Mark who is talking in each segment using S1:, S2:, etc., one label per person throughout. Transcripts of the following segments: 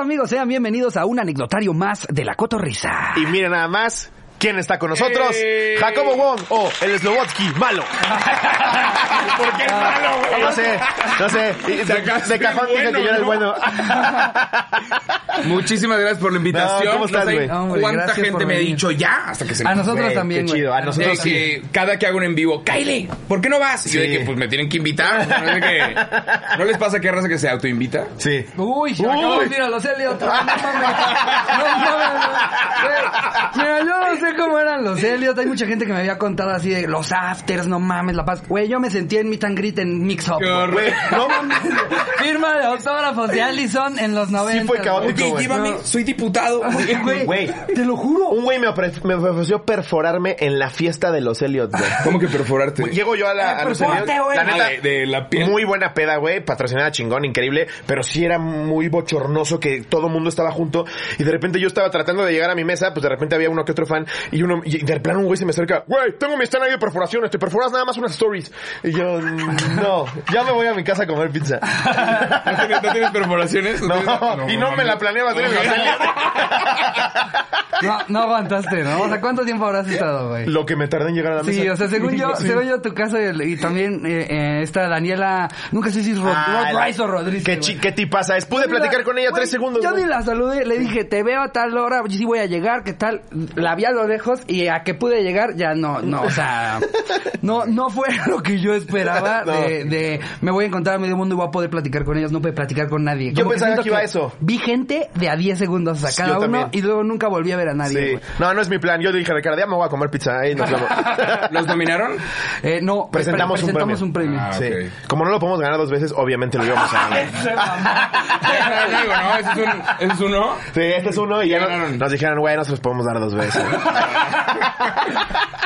S1: amigos? Sean bienvenidos a un anecdotario más de la cotorrisa.
S2: Y miren nada más quién está con nosotros.
S3: ¡Eh!
S2: Jacobo Wong o el Slobotsky malo.
S3: ¿Por qué es malo, güey?
S2: No sé, no sé. Y De,
S3: Sacaste
S2: de cajón
S3: el
S2: dije que yo era el bueno.
S3: bueno, Muchísimas gracias por la invitación.
S2: No, ¿cómo estás,
S3: No sé
S2: güey?
S1: Hombre,
S3: ¿Cuánta
S1: gracias por
S3: gente me ha
S1: venir.
S3: dicho ya? Hasta que se
S1: A
S3: me-
S1: nosotros
S2: Güey,
S1: también,
S2: qué
S1: güey.
S2: chido. A
S3: De
S2: nosotros sí.
S3: que cada que hago un en vivo, Kyle, ¿por qué no vas? Y yo de
S2: Sí.
S3: que pues me tienen que invitar. No, sé qué. ¿No les pasa que hay raza que se autoinvita?
S2: Sí.
S1: Uy, acabo,
S2: Uy.
S1: mira, los Elliot. No mames. No mames. güey. Mira, yo no sé cómo eran los Elliot. Hay mucha gente que me había contado así de los afters, no mames, la paz. Güey, yo me sentí en meet and greet en Mix Up.
S3: Qué
S1: güey.
S3: horror.
S2: Güey, no
S1: Firma de autógrafos de Allison en los 90.
S2: fue caótico,
S1: güey.
S3: Oye,
S2: güey.
S3: llévame, soy diputado. Oye, güey.
S2: Güey,
S1: Te lo juro.
S2: un güey me, ofre- me ofreció perforarme en la fiesta de los Elliot, güey.
S3: ¿Cómo que perforarte?
S2: Llego yo a la, a los
S1: Perfórate,
S2: Elliot,
S1: güey.
S2: la neta,
S3: Ah, de, de la piel.
S2: Muy buena peda, güey. Patrocinada chingón, increíble. Pero sí era muy bochornoso que todo mundo estaba junto. Y de repente yo estaba tratando de llegar a mi mesa. Pues de repente había uno que otro fan. Y uno, y de plano un güey se me acerca. Güey, tengo mi stand ahí de perforaciones. Te perforas nada más unas stories. Y yo, no, ya me voy a mi casa a comer pizza.
S3: ¿No tienes, no tienes perforaciones?
S2: No,
S3: tienes-
S2: y no me la planeaba hacer en los
S1: No, no aguantaste, ¿no? O sea, ¿cuánto tiempo habrás estado, güey?
S2: Lo que me tardé en llegar a la mesa.
S1: Sí, o sea, según yo,
S2: Sí.
S1: según yo tu caso y, y también eh, eh, esta Daniela, nunca sé si es Rod,
S2: Ah,
S1: Rod
S2: la-
S1: Rice o Rodríguez.
S2: ¿Qué,
S1: güey.
S2: chi- qué tipaza es? Pude
S1: Yo ni
S2: platicar
S1: la-
S2: con ella
S1: güey,
S2: tres segundos.
S1: Yo
S2: güey.
S1: ni la saludé, le dije, te veo a tal hora, yo sí voy a llegar, ¿qué tal? La vi a lo lejos y a que pude llegar, ya no, no, o sea, no, no fue lo que yo esperaba
S2: No.
S1: de, de me voy a encontrar a medio mundo y voy a poder platicar con ellos, no pude platicar con nadie.
S2: Yo pensaba
S1: siento
S2: que iba a eso.
S1: Vi gente de a 10 segundos a
S2: Sí,
S1: cada
S2: yo
S1: uno
S2: también.
S1: y luego nunca volví a ver a nadie.
S2: Sí.
S1: güey.
S2: No, no es mi plan. Yo le dije, Ricardo, ya me voy a comer pizza. Ahí nos vemos.
S3: ¿Los dominaron?
S1: Eh, no,
S2: Presentamos
S1: pre- presentamos
S2: un premio.
S1: un premio.
S3: Ah,
S2: Sí.
S3: ok.
S2: Como no lo podemos ganar dos veces, obviamente lo íbamos a ganar.
S3: Digo, no, ese es un, ese es un no.
S2: Sí, este es uno y ya
S3: Ganaron.
S2: nos, nos dijeron, güey, no se los podemos dar dos veces.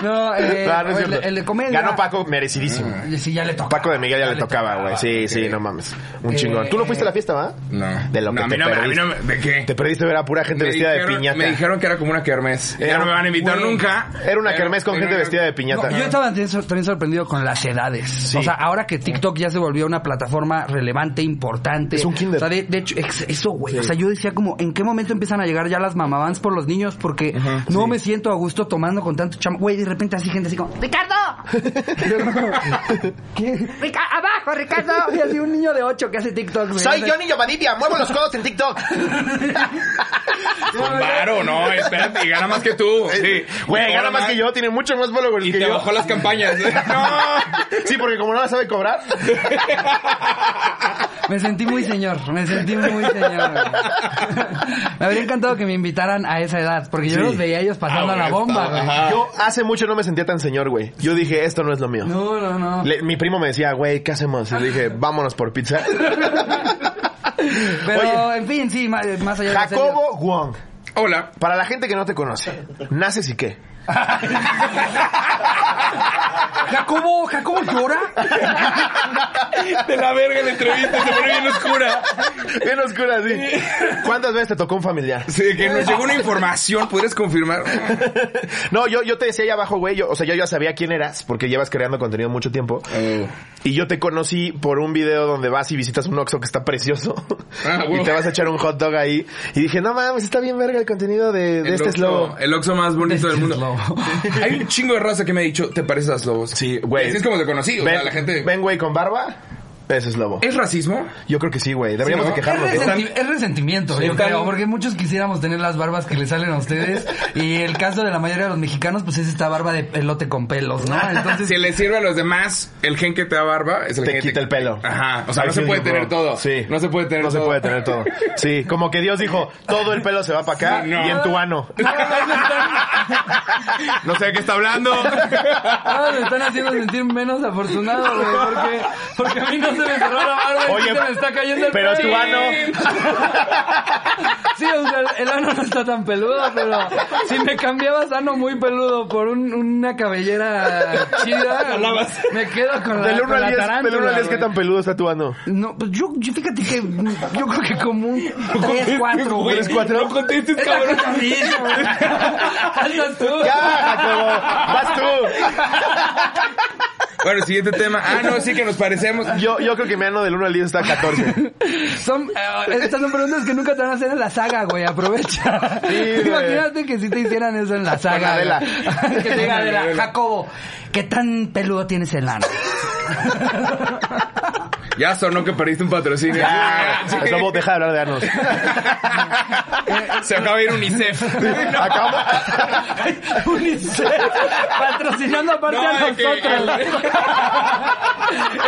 S1: No, eh,
S2: No, no es
S1: el,
S2: cierto.
S1: el de comedia.
S2: Ganó Paco, merecidísimo.
S3: Ah.
S1: Sí, ya le tocó.
S2: Paco de Miguel ya le tocaba, güey. Sí, sí, no mames. Un
S1: Eh,
S2: chingón. ¿Tú no fuiste a la fiesta, va?
S3: No.
S2: De lo
S3: No,
S2: que
S3: a
S2: te
S3: mí no, me- a mí
S2: perdiste.
S3: no me- ¿De qué?
S2: Te perdiste ver a pura gente
S3: Me
S2: vestida de
S3: dijeron-
S2: piñata.
S3: Me dijeron que era como una kermés. Ya
S2: Era-
S3: no me van a invitar
S2: güey,
S3: nunca.
S2: Era una kermés con
S3: era
S2: gente
S3: una-
S2: vestida de piñata.
S1: No, yo estaba también, sor- también sorprendido con las edades. O sea, ahora que TikTok ya se volvió una plataforma relevante, importante.
S2: Es un kinder.
S1: O sea, de, de hecho, ex- eso, güey. O sea, yo decía como, ¿en qué momento empiezan a llegar ya las mamavans por los niños? Porque no me siento a gusto tomando con tanto chamo. Güey, de repente así gente así como,
S4: Ricardo,
S1: ¿qué?
S4: Rica- abajo, Ricardo.
S1: Y así un niño de 8 que hace TikTok, güey. O sea,
S2: Yabadibia, muevo los codos en TikTok.
S3: Con varo, no, espérate, y gana más que tú. Sí.
S2: Güey, gana más que yo, tiene mucho más followers
S3: Y
S2: que
S3: te
S2: yo.
S3: bajó las campañas. ¿eh? No.
S2: Sí, porque como no la sabe cobrar.
S1: Me sentí muy señor, me sentí muy señor. güey. me habría encantado que me invitaran a esa edad, porque yo
S2: Sí.
S1: los veía ellos pasando
S3: Ah,
S1: la
S3: bueno,
S1: bomba,
S3: estaba-
S1: güey.
S3: ajá.
S2: Yo hace mucho no me sentía tan señor, güey. Yo dije, esto no es lo mío.
S1: No, no, no.
S2: Le- mi primo me decía, güey, ¿qué hacemos? Y le dije, vámonos por pizza.
S1: Pero, en fin, sí, ma- eh, más, allá de
S2: Jacobo Wong.
S3: Hola.
S2: Para la gente que no te conoce, ¿naces y qué?
S1: Ah, Jacobo, Jacobo llora.
S3: De la verga la entrevista, se pone bien oscura.
S2: Bien oscura, sí. ¿Cuántas veces te tocó un familiar?
S3: Sí, que nos llegó una información, ¿puedes confirmar?
S2: No, yo, yo te decía ahí abajo, güey, yo, o sea, yo ya sabía quién eras, porque llevas creando contenido mucho tiempo.
S3: Eh,
S2: Y yo te conocí por un video donde vas y visitas un Oxxo que está precioso.
S3: Ah,
S2: y
S3: huevo.
S2: te vas a echar un hot dog ahí. Y dije, no mames, está bien verga el contenido de, de
S3: el
S2: este
S3: Oxxo-
S2: slobo.
S3: El Oxxo más bonito
S1: Este
S3: del mundo.
S1: Slobo.
S3: Hay un chingo de raza que me ha dicho, ¿te pareces a Slobos?
S2: Sí, güey.
S3: Así es como te conocí, o sea, la gente...
S2: Ven, güey, con barba. Ese es lobo.
S3: ¿Es racismo?
S2: Yo creo que sí, güey. Deberíamos
S3: Sí,
S2: de
S3: ¿no?
S1: Es,
S2: quejarnos. ¿no?
S1: resenti- es resentimiento, yo
S3: Están-
S1: creo, porque muchos quisiéramos tener las barbas que le salen a ustedes. Y el caso de la mayoría de los mexicanos, pues es esta barba de pelote con pelos, ¿no? Entonces,
S3: Si le sirve a los demás, el gen que te da barba es el
S2: Te
S3: gen que
S2: quita el pelo.
S3: Ajá. O sea, no
S2: I
S3: se
S2: feel
S3: puede
S2: you,
S3: tener
S2: bro.
S3: todo.
S2: Sí.
S3: No se puede tener
S2: No
S3: todo.
S2: se puede tener todo. Sí, como que Dios dijo, todo el pelo se va para acá
S3: Sí, no.
S2: y en tu ano.
S3: No sé de qué está hablando.
S1: ahora me están haciendo sentir menos afortunado, güey, porque, porque a mí no se me cerró la barba y
S2: Oye,
S1: sí se me está cayendo el
S2: pero
S1: pelo.
S2: tu ano.
S1: Sí, o sea, el ano no está tan peludo, pero si me cambiabas ano muy peludo por un- una cabellera chida,
S3: Jalabas.
S1: me quedo con la,
S2: Del 1
S1: con la
S2: al 10,
S1: tarántula,
S2: del 1 al 10, ¿qué
S1: güey.
S2: tan peludo está tu ano?
S1: No, pues yo, yo fíjate que yo creo que como un 3, 4, güey.
S2: ¿Tres, cuatro?
S3: No contestes,
S1: Es la
S3: cabrón.
S1: cosa misma, güey. Hazlo tú.
S2: ¡Ya, Jacobo! ¡Vas tú!
S3: Bueno, el siguiente tema. Ah, no, sí que nos parecemos.
S2: Yo, yo creo que mi ano del 1 al 10 está a 14.
S1: Son, eh, estas son preguntas que nunca te van a hacer en la saga, güey. Aprovecha.
S2: güey.
S1: Imagínate que si te hicieran eso en la saga.
S2: Adela.
S1: güey. que te diga Adela, Jacobo, ¿qué tan peludo tienes el ano?
S3: Ya sonó que perdiste un patrocinio.
S2: Ah,
S3: Sí.
S2: Lobo, deja de hablar de anos.
S3: Se acaba de ir UNICEF.
S2: Acabo.
S1: Unicef, patrocinando aparte
S3: No,
S1: a
S3: de que-
S1: nosotros.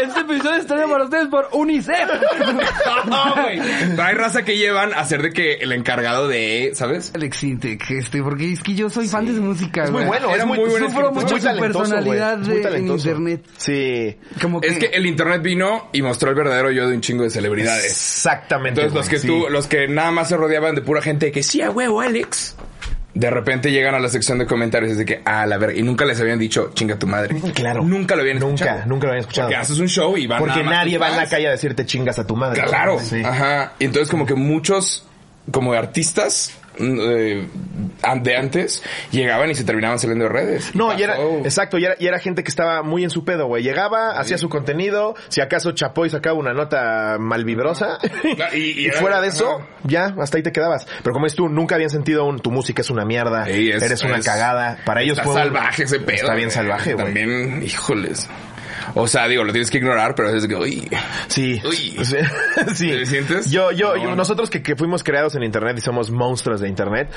S1: este episodio está hecho para ustedes por Unicef.
S3: No, güey. Hay raza que llevan a ser de que el encargado de, ¿sabes?
S1: Alexinte, que este, porque es que yo soy fan de su música,
S2: Es muy
S1: güey.
S2: bueno,
S3: Era
S2: es muy,
S3: muy buen
S1: Sufro
S3: escritor,
S1: mucho
S2: muy
S1: su
S2: talentoso, güey.
S1: personalidad
S2: Es muy
S1: de- en
S2: talentoso.
S1: internet.
S2: Sí.
S1: Como que,
S3: Es que el internet vino y mostró el verdadero yo de un chingo de celebridades.
S2: Exactamente.
S3: Entonces los
S2: güey,
S3: que
S2: sí.
S3: tú, los que nada más se rodeaban de pura gente que sí a huevo, Alex. De repente llegan a la sección de comentarios y es de que, ah, la verga. Y nunca les habían dicho, chinga tu madre.
S2: Claro.
S3: Nunca lo habían
S2: Nunca,
S3: escuchado.
S2: nunca lo habían escuchado.
S3: Porque haces un show y van
S2: Porque
S3: nada más
S2: nadie
S3: tus
S2: va en la
S3: fans.
S2: calle a decirte chingas a tu madre.
S3: Claro.
S2: Sí.
S3: Ajá. Y entonces como que muchos, como artistas mm, eh, an- de antes, llegaban y se terminaban saliendo de redes.
S2: No, y era,
S3: Oh.
S2: exacto, y era, y era gente que estaba muy en su pedo, güey. Llegaba, hacía su contenido, si acaso Chapoy sacaba una nota malvibrosa,
S3: Claro, y-
S2: y,
S3: y era-
S2: fuera de eso,
S3: ajá.
S2: ya, hasta ahí te quedabas. Pero como es tú, nunca habían sentido un, tu música es una mierda,
S3: Sí, es-
S2: eres una
S3: es-
S2: cagada. Para ellos
S3: Está
S2: fue un-
S3: salvaje ese pedo.
S2: Está bien
S3: güey.
S2: salvaje, güey.
S3: También, híjoles. O sea, digo, lo tienes que ignorar, pero es que, uy.
S2: Sí.
S3: Uy.
S2: Sí. Sí.
S3: ¿Te sientes?
S2: Yo, yo,
S3: No.
S2: yo- nosotros que, que fuimos creados en internet y somos monstruos de internet,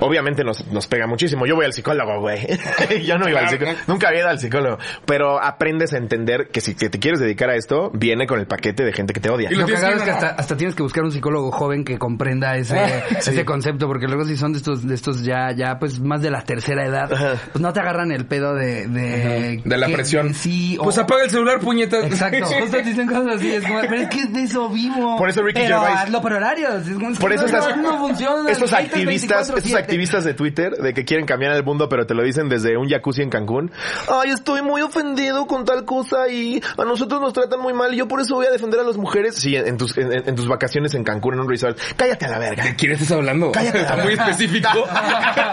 S2: obviamente nos, nos pega muchísimo. Yo voy al psicólogo, güey. yo no iba al psicólogo. Nunca había ido al psicólogo. Pero aprendes a entender que si que te quieres dedicar a esto, viene con el paquete de gente que te odia.
S3: Y
S1: lo
S3: tienes
S1: cagado
S3: que
S1: es que hasta,
S3: ignorar.
S1: hasta tienes que buscar un psicólogo joven que comprenda ese,
S2: Sí.
S1: ese concepto, porque luego si son de estos, de estos ya, ya pues más de la tercera edad,
S2: Ajá.
S1: pues no te agarran el pedo de, de,
S3: De la
S1: que-
S3: presión.
S1: Sí, o-
S3: Pues apaga el celular, puñetas.
S1: Exacto, justo te dicen cosas así, es como, pero es que de eso vivo.
S2: Por eso Ricky
S1: pero
S2: Gervais-
S1: hazlo por horarios. es como,
S2: Por eso
S1: no,
S2: estas-
S1: no funciona,
S2: estos
S1: el hate es
S2: activistas, estos
S1: 24/7.
S2: activistas de Twitter de que quieren cambiar el mundo, pero te lo dicen desde un jacuzzi en Cancún. Ay, estoy muy ofendido con tal cosa y a nosotros nos tratan muy mal y yo por eso voy a defender a las mujeres. Sí, en tus, en, en tus vacaciones en Cancún en un resort. Cállate a la verga.
S3: ¿De quién estás hablando?
S2: Cállate.
S3: Está muy específico.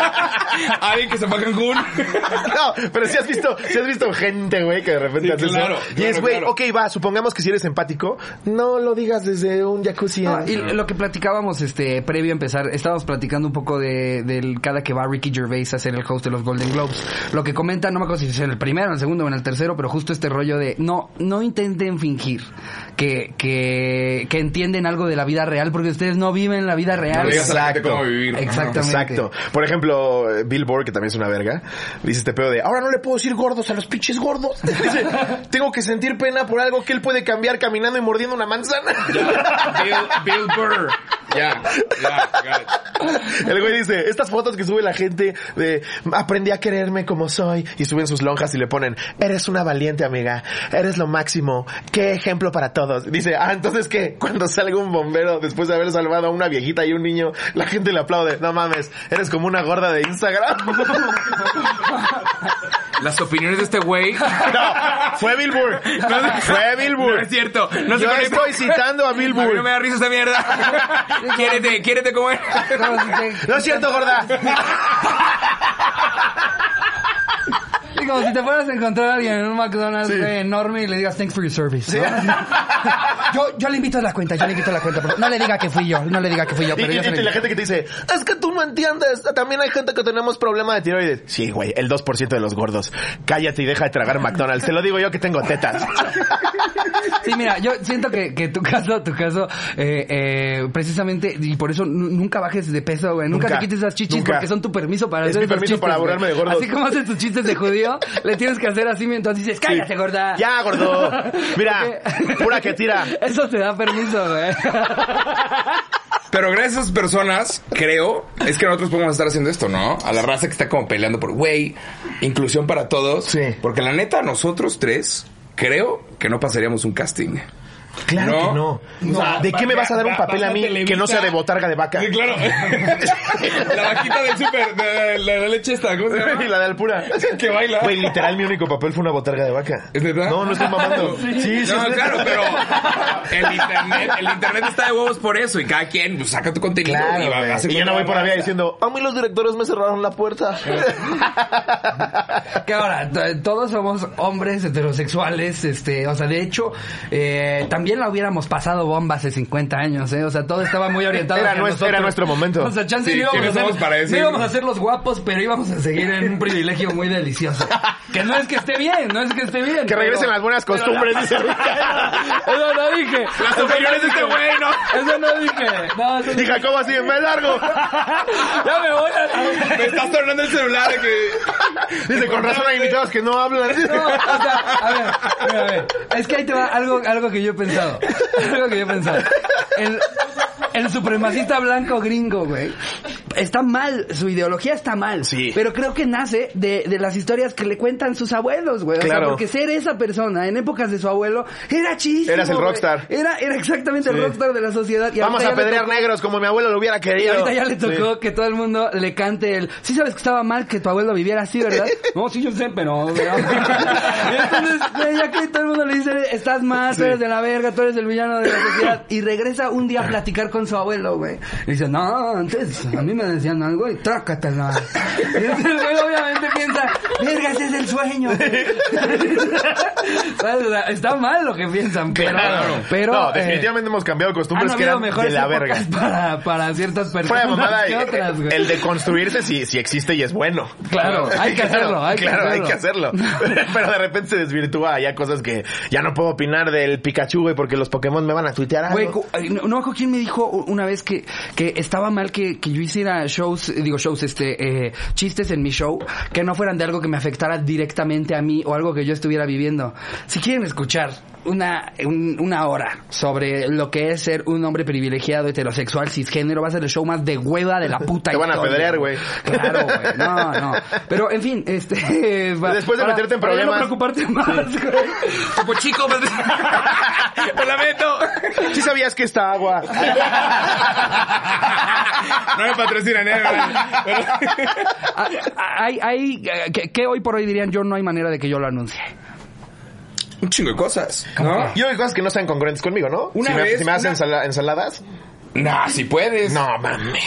S3: Alguien que se fue a Cancún.
S2: No, pero si has visto, si has visto gente, güey, que de repente
S3: Sí,
S2: hace eso.
S3: claro,
S2: Y es,
S3: claro,
S2: güey,
S3: claro.
S2: ok, va, supongamos que si eres empático, no lo digas desde un jacuzzi.
S1: No,
S2: ¿eh?
S1: y lo que platicábamos este previo a empezar, estábamos platicando un poco de del cada que va Ricky Gervais a ser el host de los Golden Globes. Lo que comenta, no me acuerdo si es en el primero, en el segundo o en el tercero, pero justo este rollo de no no intenten fingir que que, que entienden algo de la vida real porque ustedes no viven la vida
S3: No
S1: real.
S3: le digas a la gente
S2: Exacto.
S3: cómo vivir.
S1: Exacto. Exactamente.
S2: Exacto. Por ejemplo, eh, Bill Burr, que también es una verga, dice este pedo de, ahora no le puedo decir gordos a los pinches gordos. Dice, tengo que sentir pena por algo que él puede cambiar caminando y mordiendo una manzana.
S3: Bill, Bill Burr. Ya, ya, got it.
S2: El güey dice, estas fotos que sube la gente de, aprendí a quererme como soy, y suben sus lonjas y le ponen, eres una valiente amiga, eres lo máximo, qué ejemplo para todos. Dice, ah, entonces que cuando salga un bombero después de haber salvado a una viejita y un niño, la gente le aplaude, no mames, eres como una gorda de Instagram.
S3: Las opiniones de este güey.
S2: No, fue Bill Burr. Fue Bill Burr.
S3: No es cierto. No se
S2: Yo
S3: conecta.
S2: estoy citando a Bill
S3: A mí no
S2: Burr.
S3: me da risa esta mierda. quiérete, quiérete como es.
S1: Claro, sí,
S2: No es cierto, gorda.
S1: sí, como si te fueras a encontrar a alguien en un McDonald's
S2: Sí.
S1: güey, enorme y le digas thanks for your service. ¿no? Yo, yo le invito a la cuenta, yo le invito a la cuenta. pero No le diga que fui yo, no le diga que fui yo,
S2: Y,
S1: pero
S2: y-
S1: yo se
S2: y
S1: lo
S2: la
S1: invito.
S2: gente que te dice, es que tú no entiendes. También hay gente que tenemos problema de tiroides. Sí, güey, el 2% de los gordos. Cállate y deja de tragar McDonald's. Te lo digo yo que tengo tetas.
S1: Sí, mira, yo siento que, que tu caso, tu caso, eh, eh, precisamente, y por eso nu- nunca bajes de peso, güey. Nunca,
S2: Nunca,
S1: te quites esas chichis
S2: nunca.
S1: porque son tu permiso para
S2: Es
S1: hacer
S2: mi
S1: esos
S2: permiso
S1: chistes,
S2: para
S1: güey.
S2: burlarme de gordos.
S1: Así como haces tus chistes de judío, le tienes que hacer así mientras dices, cállate, gorda.
S2: Ya, gordo. Mira,
S1: Porque-
S2: pura que tira.
S1: Eso te da permiso, güey.
S3: Pero gracias a esas personas, creo, es que nosotros podemos estar haciendo esto, ¿no? A la raza que está como peleando por, güey, inclusión para todos.
S2: Sí.
S3: Porque la neta, nosotros tres, creo que no pasaríamos un casting.
S2: Claro
S3: No.
S2: que no.
S4: No.
S2: O sea, ¿De qué me vas a dar un
S4: Vas a
S2: papel a mí
S4: Televisa.
S2: que no sea de botarga de vaca?
S3: Sí, claro. la vaquita del súper, de la, la leche esta, ¿cómo se
S2: y la
S3: llama?
S2: de Alpura.
S3: Que baila.
S2: Güey, literal, mi único papel fue una botarga de vaca.
S3: ¿Es neta?
S2: No, no estoy mamando. Sí, sí, es
S3: no,
S2: neta.
S3: claro, pero el internet, el internet está de huevos por eso y cada quien pues, saca tu contenido
S2: Claro,
S3: y va-
S2: güey.
S3: hace
S2: Y yo Ah, no
S3: con
S2: voy
S3: la
S2: por la vida
S3: banda.
S2: diciendo, a mí los directores me cerraron la puerta.
S1: Que ahora, t- todos somos hombres heterosexuales, este, o sea, de hecho, eh, también la hubiéramos pasado bomba hace 50 años, ¿eh? O sea, todo estaba muy orientado
S2: Era
S1: hacia
S2: nues-
S1: nosotros.
S2: era nuestro momento.
S1: O sea, chance
S3: Sí,
S1: no íbamos, a
S3: ¿quiénes
S1: ser,
S3: somos para
S1: no
S3: decir,
S1: íbamos
S3: no?
S1: a ser los guapos, pero íbamos a seguir en un privilegio muy delicioso. Que no es que esté bien, no es que esté bien.
S2: Que regresen
S1: pero-
S2: las buenas
S1: pero la
S2: costumbres, dice Ricardo.
S1: Eso no dije.
S3: Las opiniones de este güey, ¿no?
S1: Eso no dije. No, eso no
S2: Y Jacobo así, me largo.
S1: Ya me voy a...
S3: Me estás tornando el celular de que
S2: Dice, con razón hay invitados que no hablan.
S1: No, o sea, a ver, mira, a ver. Es que ahí te va algo, algo que yo he pensado. Algo que yo he pensado. El, el supremacista blanco gringo, güey. Está mal, su ideología está mal.
S2: Sí.
S1: Pero creo que nace de, de las historias que le cuentan sus abuelos, güey. O sea,
S2: Claro.
S1: porque ser esa persona en épocas de su abuelo era chiste.
S2: Eras el rockstar.
S1: Era, era exactamente
S2: Sí.
S1: el rockstar de la sociedad. Y
S2: Vamos
S1: ahorita
S2: a
S1: ya le
S2: apedrear
S1: tocó-
S2: negros como mi abuelo lo hubiera
S1: y
S2: querido.
S1: ahorita ya le tocó
S2: Sí.
S1: que todo el mundo le cante el... Sí sabes que estaba mal que tu abuelo viviera así, ¿verdad? no, sí yo sé, pero... Entonces, güey, ya que todo el mundo le dice, estás mal, tú eres de la verga, tú eres el villano de la sociedad. Y regresa un día a platicar con su abuelo, güey. Y dice, no, antes a mí me decían algo y trácatela. Y entonces el güey obviamente piensa, verga, ese es el sueño. güey". ¿Sabes? O sea, está mal lo que piensan, pero...
S2: Claro.
S1: pero
S2: no,
S1: eh,
S2: definitivamente hemos cambiado
S1: han
S2: costumbres que
S1: habido
S2: eran
S1: Ah, mejores
S2: de la verga.
S1: épocas para, para ciertas
S2: Fuera de
S1: personas
S2: mamada,
S1: que
S2: eh,
S1: otras, güey.
S2: el de construirse si, si existe y es bueno.
S1: Claro, hay que
S2: Claro,
S1: hacerlo, hay que
S2: claro,
S1: hacerlo.
S2: hay que hacerlo. Pero de repente se desvirtúa ya cosas que ya no puedo opinar del Pikachu, güey, porque los Pokémon me van a tuitear algo.
S1: Güey, cu- ay, no, no me acuerdo quién me dijo u- una vez que, que estaba mal que, que yo hiciera shows, eh, digo shows, este, eh, chistes en mi show que no fueran de algo que me afectara directamente a mí o algo que yo estuviera viviendo. Si quieren escuchar una, un- una hora sobre lo que es ser un hombre privilegiado, heterosexual, cisgénero, va a ser el show más de hueva de la puta
S2: Te van a
S1: historia,
S2: apedrear, güey.
S1: Claro, güey. No, no. Pero, en fin, este... eh, va-
S2: Después de
S1: para-
S2: meterte en
S1: para ya no
S2: problemas.
S1: preocuparte más, güey.
S3: Como chico, pues, lo lamento.
S2: ¿Sí sabías que esta agua?
S3: No me patrocinan, eh.
S1: Ah, hay, hay, eh, que, que hoy por hoy dirían yo no hay manera de que yo lo anuncie.
S3: Un chingo de cosas, ¿no?
S2: Yo digo cosas que no sean congruentes conmigo, ¿no?
S3: Una
S2: si me,
S3: vez,
S2: si me hacen
S3: una-
S2: ensala- ensaladas.
S3: Nah, si puedes.
S2: No, mames.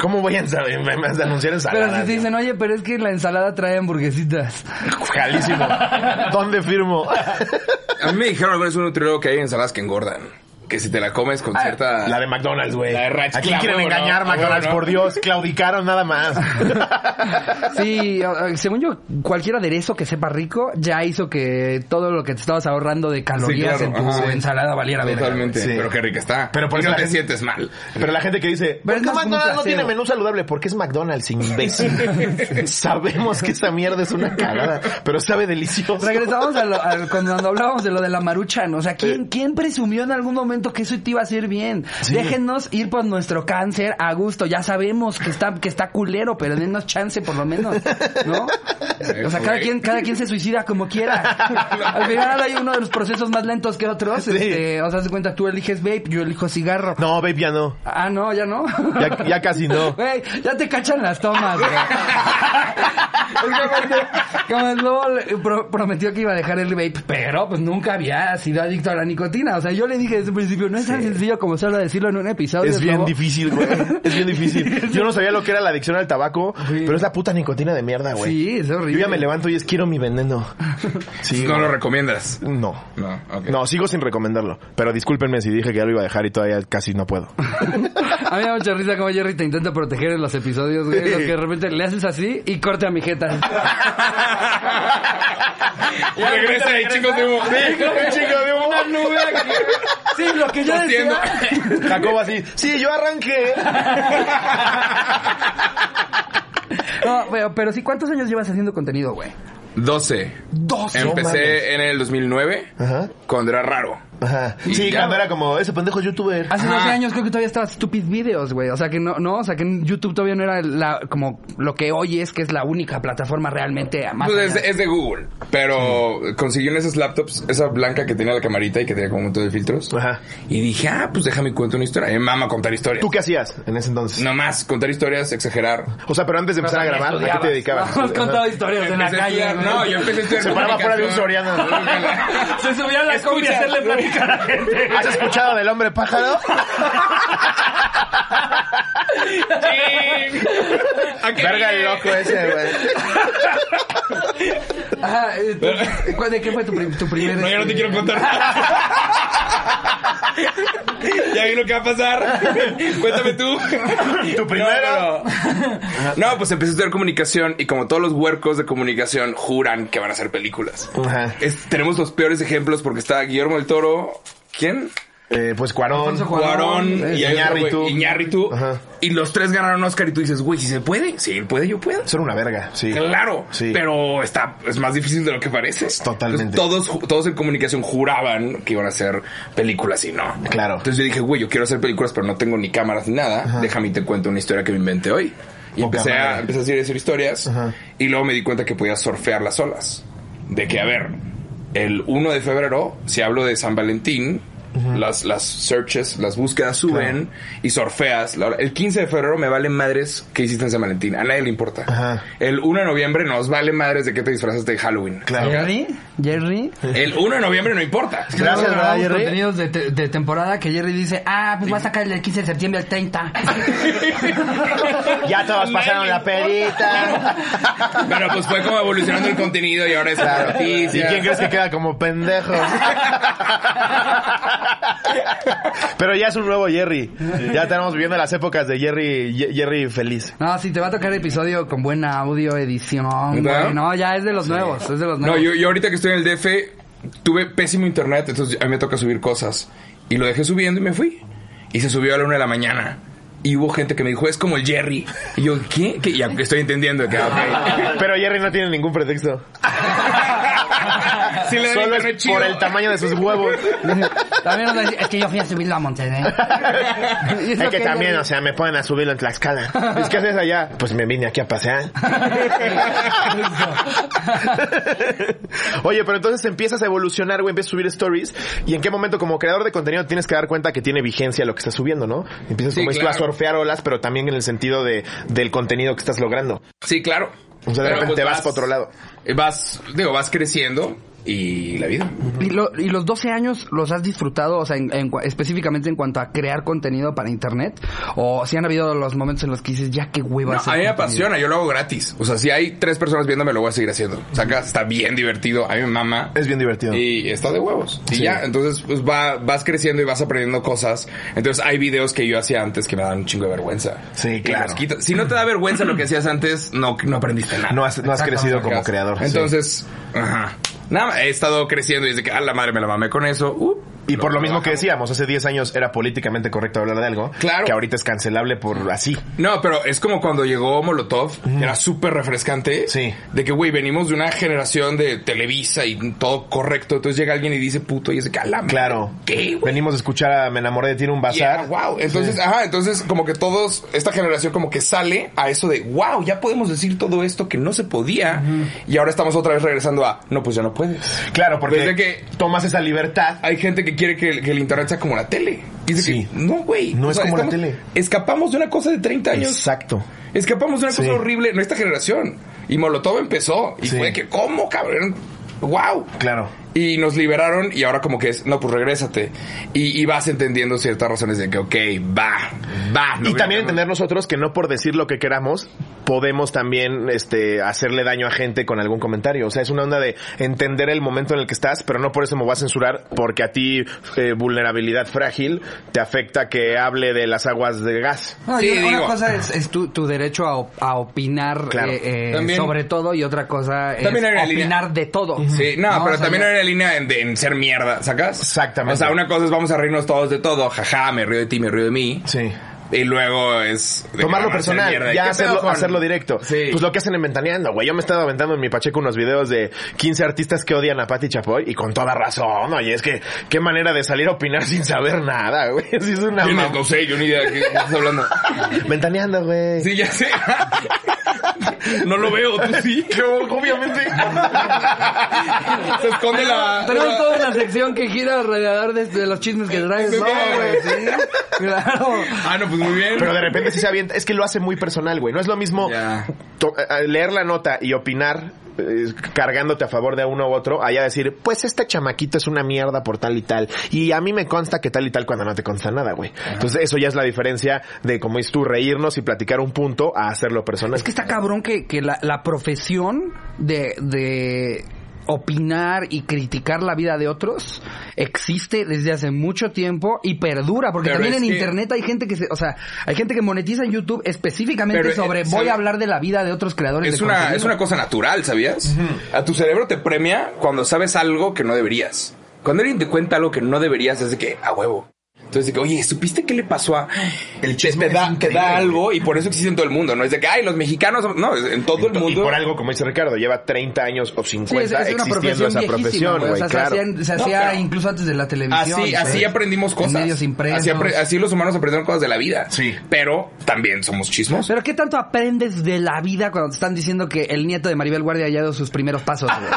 S2: ¿Cómo voy a, ensal- me- me-
S1: Pero
S2: anunciar ensaladas?
S1: si te dicen, oye, pero es que la ensalada trae hamburguesitas.
S2: Jalísimo. ¿Dónde firmo?
S3: A mí me dijeron alguna vez un nutriólogo que hay ensaladas que engordan. Que si te la comes con cierta...
S2: Ah, La de McDonald's, güey.
S3: La de Ranch
S2: ¿A quién
S3: Club,
S2: quieren
S3: huevo,
S2: engañar,
S3: no?
S2: McDonald's?
S3: Huevo, no.
S2: Por Dios, claudicaron nada más.
S1: Sí, eh, según yo, cualquier aderezo que sepa rico ya hizo que todo lo que te estabas ahorrando de calorías
S3: claro,
S1: en tu
S3: ajá.
S1: ensalada valiera verga.
S3: Totalmente.
S2: Sí.
S3: Pero qué rica está.
S2: Pero por
S3: Y
S2: eso
S3: no
S2: la
S3: te
S2: gente-
S3: sientes mal.
S2: Pero la gente que dice,
S1: Pero
S2: ¿por
S1: es
S2: qué
S1: más como un
S2: McDonald's no
S1: placebo.
S2: tiene menú saludable? Porque es McDonald's, imbécil. Sabemos que esa mierda es una cagada, pero sabe delicioso.
S1: Regresamos a, lo- a- cuando hablábamos de lo de la maruchan. O sea, ¿quién, ¿quién presumió en algún momento que eso te iba a hacer bien? Déjennos ir por nuestro cáncer a gusto. Ya sabemos que está, que está culero, pero dennos chance por lo menos, ¿no? O sea, cada quien, cada quien se suicida como quiera. Al final hay uno de los procesos más lentos que otros.
S2: Sí.
S1: Este, o sea, haz de cuenta, tú eliges vape, yo elijo cigarro.
S2: No, babe, ya no.
S1: Ah, no, ya no.
S2: Ya, ya casi no.
S1: Güey, ya te cachan las tomas, güey. Es que como el lobo le- pro- prometió que iba a dejar el vape, pero pues nunca había sido adicto a la nicotina. O sea, yo le dije desde el principio, no es tan sencillo como solo decirlo en un episodio.
S2: Es bien
S1: lobo.
S2: difícil, güey. Es bien difícil. Yo no sabía lo que era la adicción al tabaco,
S1: Sí.
S2: pero es la puta nicotina de mierda, güey.
S1: Sí, es horrible.
S2: Yo ya me levanto y es quiero mi veneno. Sí,
S3: No lo
S2: güey.
S3: recomiendas.
S2: No.
S3: No, ok.
S2: No, sigo sin recomendarlo. Pero discúlpenme si dije que ya lo iba a dejar y todavía casi no puedo.
S1: A mí me da mucha risa como Jerry te intenta proteger en los episodios, güey. Lo que de repente le haces así y corte a mi jeta.
S3: Y regresa de chicos de humo.
S2: chico de
S1: Una nube aquí. Sí, lo que yo
S3: Entiendo.
S1: decía...
S2: Jacobo así, sí, yo arranqué.
S1: No, pero, pero sí, ¿cuántos años llevas haciendo contenido, güey?
S3: 12.
S1: Dos.
S2: mames.
S3: Empecé en el 2009
S2: Ajá.
S3: cuando era raro.
S2: Ajá.
S3: Y
S2: Sí,
S3: ya.
S2: cuando era como, ese pendejo es youtuber.
S1: Hace 12
S3: Ajá.
S1: años creo que todavía estaba Stupid Videos, güey. O sea que no, no, o sea que en YouTube todavía no era la, como lo que hoy es, que es la única plataforma realmente más.
S3: Pues
S1: allá.
S3: es, de- es de Google. Pero
S2: Mm.
S3: conseguí en esas laptops, esa blanca que tenía la camarita y que tenía como un montón de filtros.
S2: Ajá.
S3: Y dije, ah, pues déjame cuento una historia. Me mama contar historias.
S2: ¿Tú qué hacías en ese entonces?
S3: Nomás, contar historias, exagerar.
S2: O sea, pero antes de empezar a grabar, ¿a qué te dedicabas?
S1: Hemos contado
S2: Ajá.
S1: historias en la
S3: Empecé a
S1: calle.
S3: estudiar- no, yo empecé a estudiar
S2: Se paraba fuera de un
S3: comunicación.
S2: Soriana.
S1: Se subía a la combi a hacerle plática a la gente.
S2: ¿Has escuchado del hombre pájaro?
S3: Sí. ¿A qué
S2: Verga el
S3: vine?
S2: loco ese, güey.
S1: Ajá, eh, tú- ¿cuál- ¿De qué fue tu, prim- tu primer...
S3: No, yo no te
S1: este,
S3: quiero contar. ya vi lo que va a pasar. Cuéntame tú.
S2: Tu primero.
S3: No, pero- No, pues empecé a estudiar comunicación y como todos los huercos de comunicación juran que van a hacer películas.
S2: Ajá.
S3: Es- tenemos los peores ejemplos porque está Guillermo del Toro. ¿Quién?
S2: Eh, pues Cuarón.
S1: Alfonso
S3: Cuarón
S1: Cuarón,
S3: y hay otro,
S2: Iñárritu.
S3: güey, Iñárritu.
S2: Ajá.
S3: Y los tres ganaron Oscar y tú dices, güey, si se puede, si él puede, yo puedo.
S2: Son una verga, sí.
S3: Claro,
S2: Sí.
S3: pero está es más difícil de lo que parece.
S2: Totalmente.
S3: Entonces, todos todos en comunicación juraban que iban a hacer películas y no.
S2: Claro.
S3: Entonces yo dije, güey, yo quiero hacer películas, pero no tengo ni cámaras ni nada. Déjame y te cuento una historia que me inventé hoy. Y
S2: Poca
S3: empecé a,
S2: madre.
S3: empecé a decir, decir historias
S2: Ajá.
S3: y luego me di cuenta que podía surfear las olas. De que, a ver, el 1 de febrero, si hablo de San Valentín, las, las searches, las búsquedas suben y surfeas. la hora. El 15 de febrero me valen madres que hiciste en San Valentín. A nadie le importa.
S2: Ajá.
S3: El 1 de noviembre nos vale madres de que te disfrazaste de Halloween.
S2: Claro.
S1: Jerry, Jerry.
S3: El 1 de noviembre no importa.
S2: Gracias,
S1: Luego grabamos
S2: ¿verdad, Jerry?
S1: contenidos de, te- de temporada que Jerry dice, ah, pues va a sacar el 15 de septiembre al 30.
S2: Ya todos
S3: Nadie
S2: pasaron
S3: le
S2: la
S3: importa.
S2: perita.
S3: Pero pues fue como evolucionando el contenido y ahora es la
S2: Claro. ¿Y
S3: noticia.
S2: quién crees que queda como pendejo? Pero ya es un nuevo Jerry. Ya estamos viviendo las épocas de Jerry, Ye- Jerry feliz.
S1: No, sí, te va a tocar episodio con buena audio, edición.
S3: ¿Verdad?
S1: güey. No, ya es de los nuevos, es de los
S3: No,
S1: nuevos.
S3: yo, yo ahorita que estoy en el DF tuve pésimo internet, entonces a mí me toca subir cosas. Y lo dejé subiendo y me fui. Y se subió a la una de la mañana. Y hubo gente que me dijo, es como el Jerry. Y yo, ¿qué? ¿Qué? Ya estoy entendiendo que, ok.
S2: Pero Jerry no tiene ningún pretexto.
S3: Sí le da
S2: Solo
S3: internet
S2: es
S3: chido.
S2: por el tamaño de sus huevos.
S1: También nos va a decir, es que yo fui a subirlo a Monterrey. Y
S2: Es
S1: lo
S2: que también,
S1: ella
S2: o sea, me ponen a subirlo en Tlaxcala. Es que haces allá. Pues me vine aquí a pasear. Oye, pero entonces empiezas a evolucionar, güey, empiezas a subir stories. ¿Y en qué momento, como creador de contenido, tienes que dar cuenta que tiene vigencia lo que estás subiendo, no? Empiezas,
S3: Sí,
S2: como dices tú,
S3: claro.
S2: a surfear olas, pero también en el sentido de, del contenido que estás logrando.
S3: Sí, claro.
S2: O sea, de
S3: Pero,
S2: repente
S3: pues,
S2: vas pa' otro lado.
S3: eh, Vas, digo, vas creciendo y la vida.
S1: ¿Y, lo- y los 12 años los has disfrutado, o sea, en- en cua- específicamente en cuanto a crear contenido para internet? ¿O si han habido los momentos en los que dices, ya qué hueva
S3: No,
S1: hacer
S3: a mí me
S1: contenido"?
S3: apasiona, yo lo hago gratis. O sea, si hay tres personas viéndome, lo voy a seguir haciendo. Saca, está bien divertido. A mí me mama.
S2: Es bien divertido.
S3: Y está de huevos. Y ya, entonces pues va, vas creciendo y vas aprendiendo cosas. Entonces hay videos que yo hacía antes que me dan un chingo de vergüenza.
S2: Sí,
S3: Y
S2: claro.
S3: los quito. Si no te da vergüenza lo que hacías antes, no, no aprendiste nada.
S2: No has, no has
S1: Exacto,
S2: crecido
S3: Sacas.
S2: como creador. sí.
S3: Entonces, ajá. Nada, más, he estado creciendo y desde que a la madre me la mamé con eso. uh,
S2: Y por lo mismo que
S3: bajamos.
S2: decíamos, hace 10 años era políticamente correcto hablar de algo.
S3: Claro.
S2: Que ahorita es cancelable por así.
S3: No, pero es como cuando llegó Molotov, que era súper refrescante.
S2: Sí.
S3: De que, güey, venimos de una generación de Televisa y todo correcto. Entonces llega alguien y dice puto y es de que, "A la madre,
S2: Claro.
S3: ¿Qué, güey?
S2: Venimos a escuchar a Me enamoré de ti en un
S3: Y
S2: bazar.
S3: era wow. Entonces, ajá, entonces como que todos, esta generación como que sale a eso de wow, ya podemos decir todo esto que no se podía. Y ahora estamos otra vez regresando a no, pues ya no puedes.
S2: Claro, porque
S3: Desde que-
S2: tomas esa libertad.
S3: Hay gente que quiere que, el- que el internet sea como la tele. Y dice
S2: Sí.
S3: que, no, güey.
S2: No es como la tele.
S3: Escapamos de una cosa de 30 años.
S2: Exacto.
S3: Escapamos de una cosa
S2: Sí.
S3: horrible en esta generación. Y Molotov empezó. Y
S2: Sí.
S3: fue que, ¿cómo, cabrón? ¡Wow!
S2: Claro.
S3: Y nos liberaron y ahora como que es, no, pues regrésate. Y, y vas entendiendo ciertas razones de que, ok, va, va. no
S2: y también
S3: voy a-
S2: entender nosotros que no por decir lo que queramos podemos también este hacerle daño a gente con algún comentario. O sea, es una onda de entender el momento en el que estás, pero no por eso me voy a censurar porque a ti eh, vulnerabilidad frágil te afecta que hable de las aguas de gas.
S1: No,
S3: Sí,
S1: y una, una
S3: digo.
S1: cosa es, es tu, tu derecho a, op- a opinar
S2: Claro.
S1: eh, eh,
S3: También-
S1: sobre todo y otra cosa es
S3: También hay una
S1: opinar
S3: línea.
S1: de todo.
S3: Sí, no, pero
S1: O sea,
S3: también
S1: yo-
S3: hay una línea en, de- en ser mierda, ¿sacas?
S2: Exactamente.
S3: O sea, una cosa es vamos a reírnos todos de todo, jaja, me río de ti, me río de mí.
S2: Sí.
S3: Y luego es... de que
S2: Tomarlo
S3: van a hacer mierda.
S2: personal,
S3: ¿Y
S2: ya
S3: qué
S2: hacerlo,
S3: pedo con-
S2: hacerlo directo.
S3: Sí.
S2: Pues lo que hacen en Ventaneando, güey. Yo me he estado aventando en mi Pacheco unos videos de 15 artistas que odian a Patti Chapoy y con toda razón, oye, es que qué manera de salir a opinar sin saber nada, güey. Sí, es una
S3: Yo no,
S2: mam-
S3: no sé, yo ni idea de qué estás hablando.
S2: Ventaneando, güey.
S3: Sí, ya sé. No lo veo, tú sí.
S2: Yo, obviamente.
S3: Se esconde la.
S1: Traes
S3: la-
S1: toda una sección que gira alrededor de, de los chismes que traes. No, güey, sí. Claro.
S3: Ah, no, pues muy bien.
S2: Pero de repente sí se avienta. Es que lo hace muy personal, güey. No es lo mismo
S3: Ya.
S2: to- a- a leer la nota y opinar eh, cargándote a favor de uno u otro, allá decir, pues este chamaquito es una mierda por tal y tal. Y a mí me consta que tal y tal cuando no te consta nada, güey. Entonces eso ya es la diferencia de, como dices tú, reírnos y platicar un punto a hacerlo personal.
S1: Es que está cabrón que, que la, la profesión de, de opinar y criticar la vida de otros existe desde hace mucho tiempo y perdura, porque
S3: Pero
S1: también
S3: es
S1: en
S3: que-
S1: internet hay gente que se, o sea, hay gente que monetiza en YouTube específicamente
S3: Pero, eh,
S1: sobre voy
S3: ¿sabe?
S1: a hablar de la vida de otros creadores
S3: Es
S1: de
S3: una,
S1: contenido".
S3: es una cosa natural, ¿sabías? A tu cerebro te premia cuando sabes algo que no deberías. Cuando alguien te cuenta algo que no deberías, es de que, a huevo. Entonces, de que, oye, ¿supiste qué le pasó a...?
S2: El chisme
S3: Te da,
S2: es
S3: te da
S2: increíble.
S3: algo y por eso existe en todo el mundo. No es de que, ay, los mexicanos... son-". No, es en todo el
S2: Y
S3: mundo...
S2: por algo, como dice Ricardo, lleva 30 años o 50
S1: Sí, es, es una
S2: existiendo
S1: profesión
S2: esa
S1: viejísima,
S2: profesión,
S1: güey. O
S2: güey,
S1: sea,
S2: claro.
S1: se hacía, se
S3: No,
S1: hacía
S3: pero-
S1: incluso antes de la televisión.
S3: Así, así
S1: güey.
S2: pues.
S3: aprendimos
S1: En
S3: cosas.
S1: medios impresos.
S3: Así, apre- así los humanos aprendieron cosas de la vida.
S2: Sí.
S3: Pero también somos chismosos.
S1: Pero ¿qué tanto aprendes de la vida cuando te están diciendo que el nieto de Maribel Guardia ha dado sus primeros pasos? güey?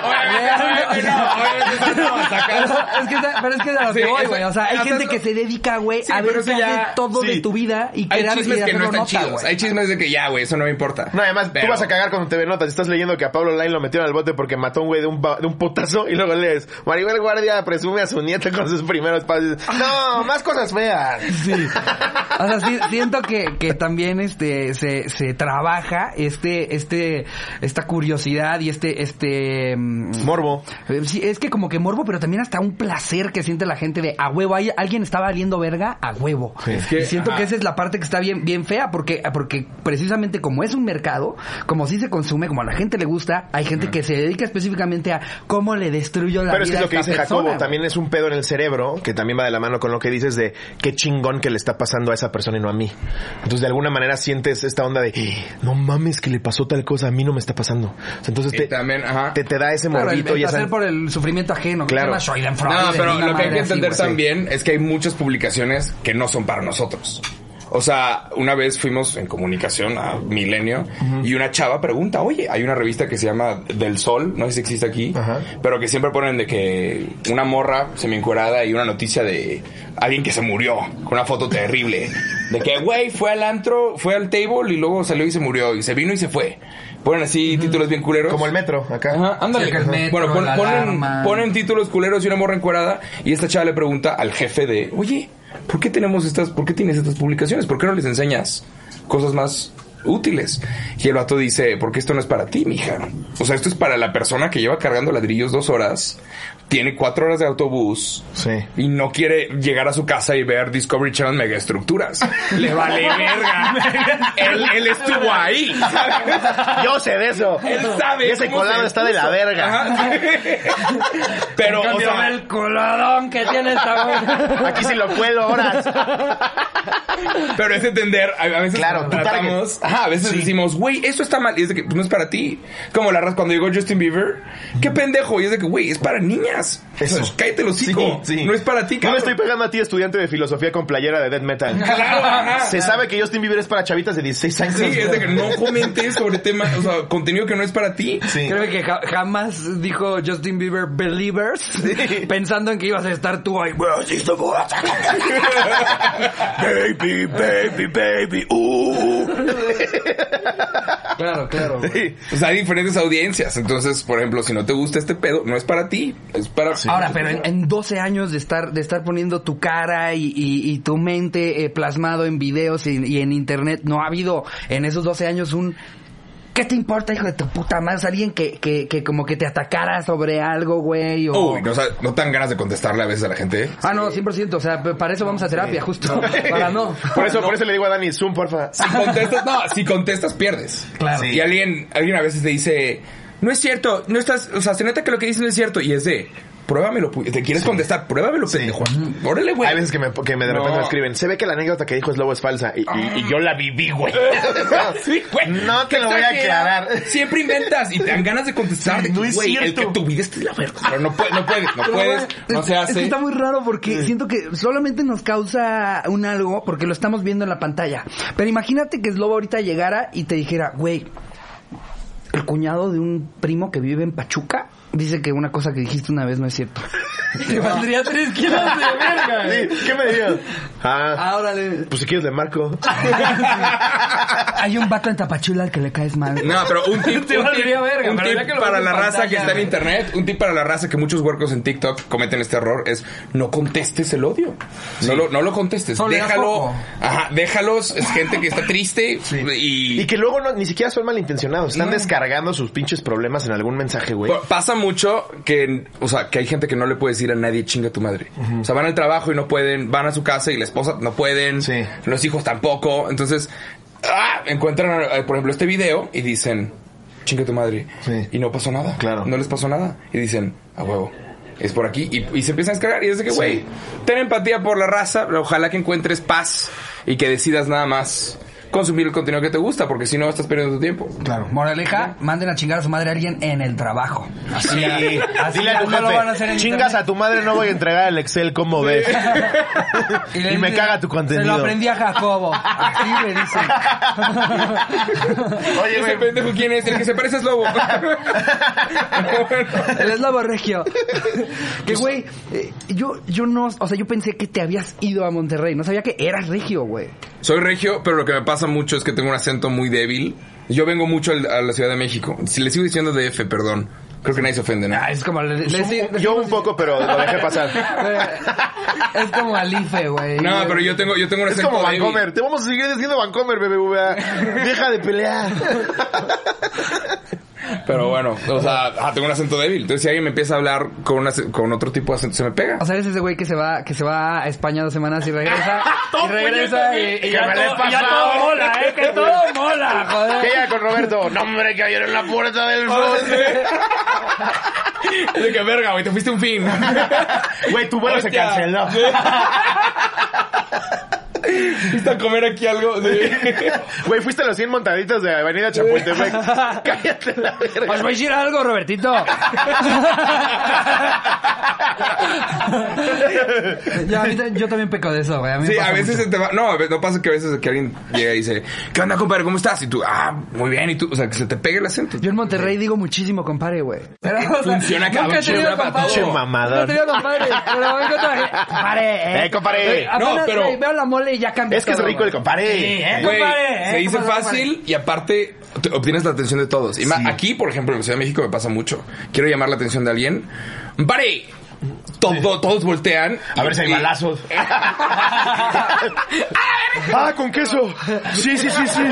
S3: Obviamente, no, obviamente no,
S1: Pero
S3: sacas-
S1: es que, está- pero es que es a lo que
S3: Sí,
S1: voy,
S3: eso-
S1: güey. O sea, hay
S3: o sea,
S1: gente
S3: eso-
S1: que se dedica, güey,
S3: Sí,
S1: a
S3: pero
S1: ver
S3: eso
S1: qué
S3: ya-
S1: hace todo de
S2: sí.
S1: tu vida y
S3: Hay
S1: crear- y
S3: chismes que no
S1: hacerlo
S3: están
S1: nota,
S3: chidos.
S1: güey.
S3: Hay chismes de que ya, güey, eso no me importa.
S2: No, además,
S3: Pero-
S2: tú vas a cagar cuando te ven notas. Estás leyendo que a Pablo Lain lo metieron al bote porque mató a un güey de un, ba- de un putazo y luego lees, Maribel Guardia presume a su nieta con sus primeros pasos. No, más cosas feas.
S1: Sí. O sea, sí- siento que, que también este se, se trabaja este este esta curiosidad y este este mm,
S2: Morbo.
S1: Eh, Sí, es que como que morbo, pero también hasta un placer que siente la gente de a huevo. hay- alguien está valiendo verga a huevo.
S3: que-
S1: y siento
S3: ajá.
S1: que esa es la parte que está bien, bien fea, porque, porque precisamente como es un mercado, como sí se consume, como a la gente le gusta, hay gente que se dedica específicamente a cómo le destruyo la
S2: Pero es que
S1: vida
S2: es lo que
S1: a
S2: dice
S1: esta persona,
S2: Jacobo,
S1: güey.
S2: también es un pedo en el cerebro, que también va de la mano con lo que dices de qué chingón que le está pasando a esa persona y no a mí. Entonces de alguna manera sientes esta onda de, no mames que le pasó tal cosa, a mí no me está pasando. O sea, Entonces
S3: Y
S2: te,
S3: también, ajá.
S2: te, te da ese
S1: Claro, el,
S2: morbito
S1: el
S2: y esa...
S1: placer por el sufrimiento ajeno. que se
S2: Claro.
S1: llama Schadenfreude,
S3: No, pero
S1: una
S3: lo que hay
S1: madre
S3: que
S1: así,
S3: entender
S1: güey.
S3: también es que hay muchas publicaciones que no son para nosotros. O sea, una vez fuimos en comunicación a Milenio y una chava pregunta, oye, hay una revista que se llama Del Sol, no sé si existe aquí,
S2: Ajá.
S3: pero que siempre ponen de que una morra semiencuerada y una noticia de alguien que se murió, con una foto terrible, de que, güey, fue al antro, fue al table y luego salió y se murió, y se vino y se fue. Ponen así títulos bien culeros.
S2: Como el metro, acá.
S3: Ajá, ándale.
S1: Sí, que el metro,
S3: bueno, pon-
S1: la
S3: ponen,
S1: alarma.
S3: ponen títulos culeros y una morra encuerada y esta chava le pregunta al jefe de, oye, ¿por qué tenemos estas, por qué tienes estas publicaciones? ¿Por qué no les enseñas cosas más útiles? Y el vato dice, porque esto no es para ti, mija. O sea, esto es para la persona que lleva cargando ladrillos dos horas, tiene cuatro horas de autobús,
S2: Sí.
S3: y no quiere llegar a su casa y ver Discovery Channel megaestructuras. Le vale verga. él, él estuvo ahí.
S2: Yo sé de eso.
S3: Él sabe.
S2: Y ese
S3: cómo
S2: colado
S3: se
S2: está de la
S3: puso.
S2: verga.
S3: Ajá. Pero, o sea,
S1: coladón que tiene esta güey.
S2: Aquí sí lo cuelo horas.
S3: pero es entender, a a veces
S2: Claro, tu
S3: tratamos, ajá, a veces decimos, güey, esto está mal, y es de que pues, no es para ti. Como la raza cuando llegó Justin Bieber, qué pendejo, y es de que, güey, es para niñas.
S2: Eso.
S3: Pues, cállate los hocico, no es para ti,
S2: No me
S3: cabrón.
S2: estoy pegando a ti, estudiante de filosofía con playera de death metal.
S3: Claro, ajá.
S2: Se sabe que Justin Bieber es para chavitas de 16 años.
S3: Sí, es de que no comentes sobre temas, o sea, contenido que no es para ti.
S2: Sí.
S1: Creo que ja- jamás dijo Justin Bieber Believers pensando en que ibas a estar tú ahí. "Güey, sí, estoy borracho".
S2: Baby, baby, baby. Uh.
S1: Claro, claro. güey.
S3: O sea, hay diferentes audiencias. Entonces, por ejemplo, si no te gusta este pedo, no es para ti, es para...
S1: Ahora, pero en, en 12 años de estar de estar poniendo tu cara y, y- y tu mente eh, plasmado en videos y, y en internet, no ha habido en esos 12 años un... ¿Qué te importa, hijo de tu puta madre? O sea, Alguien que, que, que como que te atacara sobre algo, güey. O...
S3: Uy, no, o sea, no tan ganas de contestarle a veces a la gente. ¿eh?
S1: Ah, no, 100%. O sea, p- para eso vamos a terapia, justo. Para no.
S2: Por eso, por eso le digo a Dani, Zoom, porfa.
S3: Si contestas, no, si contestas, pierdes.
S1: Claro.
S3: Y alguien, alguien a veces te dice, no es cierto, no estás, o sea, se nota que lo que dices no es cierto. Y es de, pruébamelo, pu- te quieres contestar, pruébamelo, pendejo. Órale, güey.
S2: Hay veces que me, que me de repente
S3: No.
S2: me escriben, se ve que la anécdota que dijo es lobo es falsa. Y, y- y yo la viví, güey.
S3: Ah, Sí, güey.
S2: No te lo voy a
S3: Exagera.
S2: aclarar.
S3: Siempre inventas y te dan ganas de contestar. de que,
S2: No es
S3: güey, El
S2: cierto.
S3: que tu vida es la verga. Pero no, puedes, no puedes, no puedes,
S1: Es-
S3: no se
S1: Es que
S3: hace.
S1: está muy raro porque siento que solamente nos causa un algo porque lo estamos viendo en la pantalla. Pero imagínate que Slobo ahorita llegara y te dijera, güey, el cuñado de un primo que vive en Pachuca dice que una cosa que dijiste una vez no es cierto.
S4: Te valdría 3 kilos de verga. güey.
S2: Sí, ¿Qué me dirías? Ah,
S1: Ahora
S2: pues si quieres le marco.
S1: Hay un vato en Tapachula al que le caes mal.
S3: No, pero un tip,
S4: Te
S3: un tip-
S4: valdría verga,
S3: un
S4: pero
S3: tip
S4: ya que lo
S3: para
S4: ves en
S3: la raza que
S4: pantalla,
S3: está en
S4: güey.
S3: internet, un tip para la raza que muchos huercos en TikTok cometen este error es no contestes el odio. No, lo, no lo contestes.
S4: Solo le das
S3: déjalo.
S4: foco.
S3: Ajá, déjalos. Es gente que está triste y,
S2: Y que luego no- ni siquiera son malintencionados. Están descargando sus pinches problemas en algún mensaje, güey.
S3: Pa- Pasa mucho que, o sea, que hay gente que no le puede decir a nadie chinga tu madre. O sea, van al trabajo y no pueden, van a su casa y la esposa no pueden,
S2: Sí.
S3: los hijos tampoco. Entonces, ¡ah! encuentran, eh, por ejemplo, este video y dicen chinga tu madre.
S2: Sí.
S3: Y no pasó nada.
S2: Claro.
S3: No les pasó nada. Y dicen, a huevo. Es por aquí y, y se empiezan a descargar. Y es de que, güey, ten empatía por la raza. pero Ojalá que encuentres paz y que decidas nada más consumir el contenido que te gusta, porque si no estás perdiendo tu tiempo.
S1: Claro. Moraleja, manden a chingar a su madre a alguien en el trabajo.
S2: Sí.
S1: así
S2: Dile a tu
S1: no lo
S2: jefe,
S1: van a hacer en
S2: chingas
S1: internet".
S2: a tu madre, no voy a entregar el Excel como ves.
S1: le
S2: Y me
S1: dice,
S2: caga tu contenido.
S1: Se lo aprendí a Jacobo. Así le dicen.
S2: Oye,
S3: Ese
S2: güey.
S3: pendejo quién es, el que se parece es lobo.
S1: El eslavo regio. Que güey, eh, yo, yo no, o sea, yo pensé que te habías ido a Monterrey. No sabía que eras regio, güey.
S3: Soy regio, pero lo que me pasa mucho es que tengo un acento muy débil. Yo vengo mucho al- a la Ciudad de México. Si le sigo diciendo DF, perdón. Creo que nadie se ofende, ¿no?
S1: Ah, es como le- le- le-
S2: Yo un poco, pero lo dejé pasar.
S1: Eh, es como Alife, güey.
S3: No, pero yo tengo, yo tengo un
S2: Es
S3: acento
S2: como
S3: débil.
S2: Vancomer. Te vamos a seguir diciendo Vancomer, BBVA. Deja de pelear.
S3: Pero bueno, o sea, ah, tengo un acento débil. Entonces si alguien me empieza a hablar con, un ac- con otro tipo de acento, se me pega.
S1: O sea, eres ese güey que se va, que se va a España dos semanas y regresa. y regresa y, y
S2: Que
S1: ya,
S2: me les
S1: todo, y ya
S2: pasó.
S1: todo mola, eh, que todo mola, joder.
S2: ¿Qué ya con Roberto? No, hombre, que abrieron la puerta del bosque.
S3: De que verga, güey, te fuiste un fin.
S2: Güey, tu vuelo se
S3: Hostia.
S2: canceló.
S3: Fuiste a comer aquí algo. de-
S2: Güey, fuiste a los 100 montaditas de Avenida Chapultepec. Cállate la verga.
S1: Os voy a decir algo, Robertito. ya, ahorita yo también peco de eso, güey. mí me
S3: Sí,
S1: pasa
S3: a veces
S1: mucho.
S3: se te va. No, a veces- no pasa que a veces que alguien llega y dice, ¿qué onda, compadre? ¿Cómo estás? Y tú, ah, muy bien. Y tú, o sea, que se te pegue el acento.
S1: Yo en Monterrey digo muchísimo, compare, güey. Pero, o sea,
S3: Funciona, cabrón,
S1: Nunca he tenido
S3: funciona para
S1: compadre.
S3: todo.
S2: Che mamador.
S1: Nunca he tenido compadre. Pero vengo traje. Compare, eh.
S2: Eh, compadre.
S1: Apenas,
S3: No, pero-
S1: güey, veo la mole y ya cambié.
S2: Es que es
S1: todo,
S2: rico el
S1: güey.
S2: compadre.
S1: Sí, ¿eh?
S3: Güey,
S1: compadre, ¿eh?
S3: se dice
S1: Compadre,
S3: fácil y aparte te- obtienes la atención de todos. Y más, aquí, por ejemplo, en la Ciudad de México me pasa mucho. Quiero llamar la atención de alguien. ¡Pare! Todo, Todos voltean.
S2: A ver si hay
S3: Y-
S2: balazos. ah, con queso. Sí, sí, sí, sí.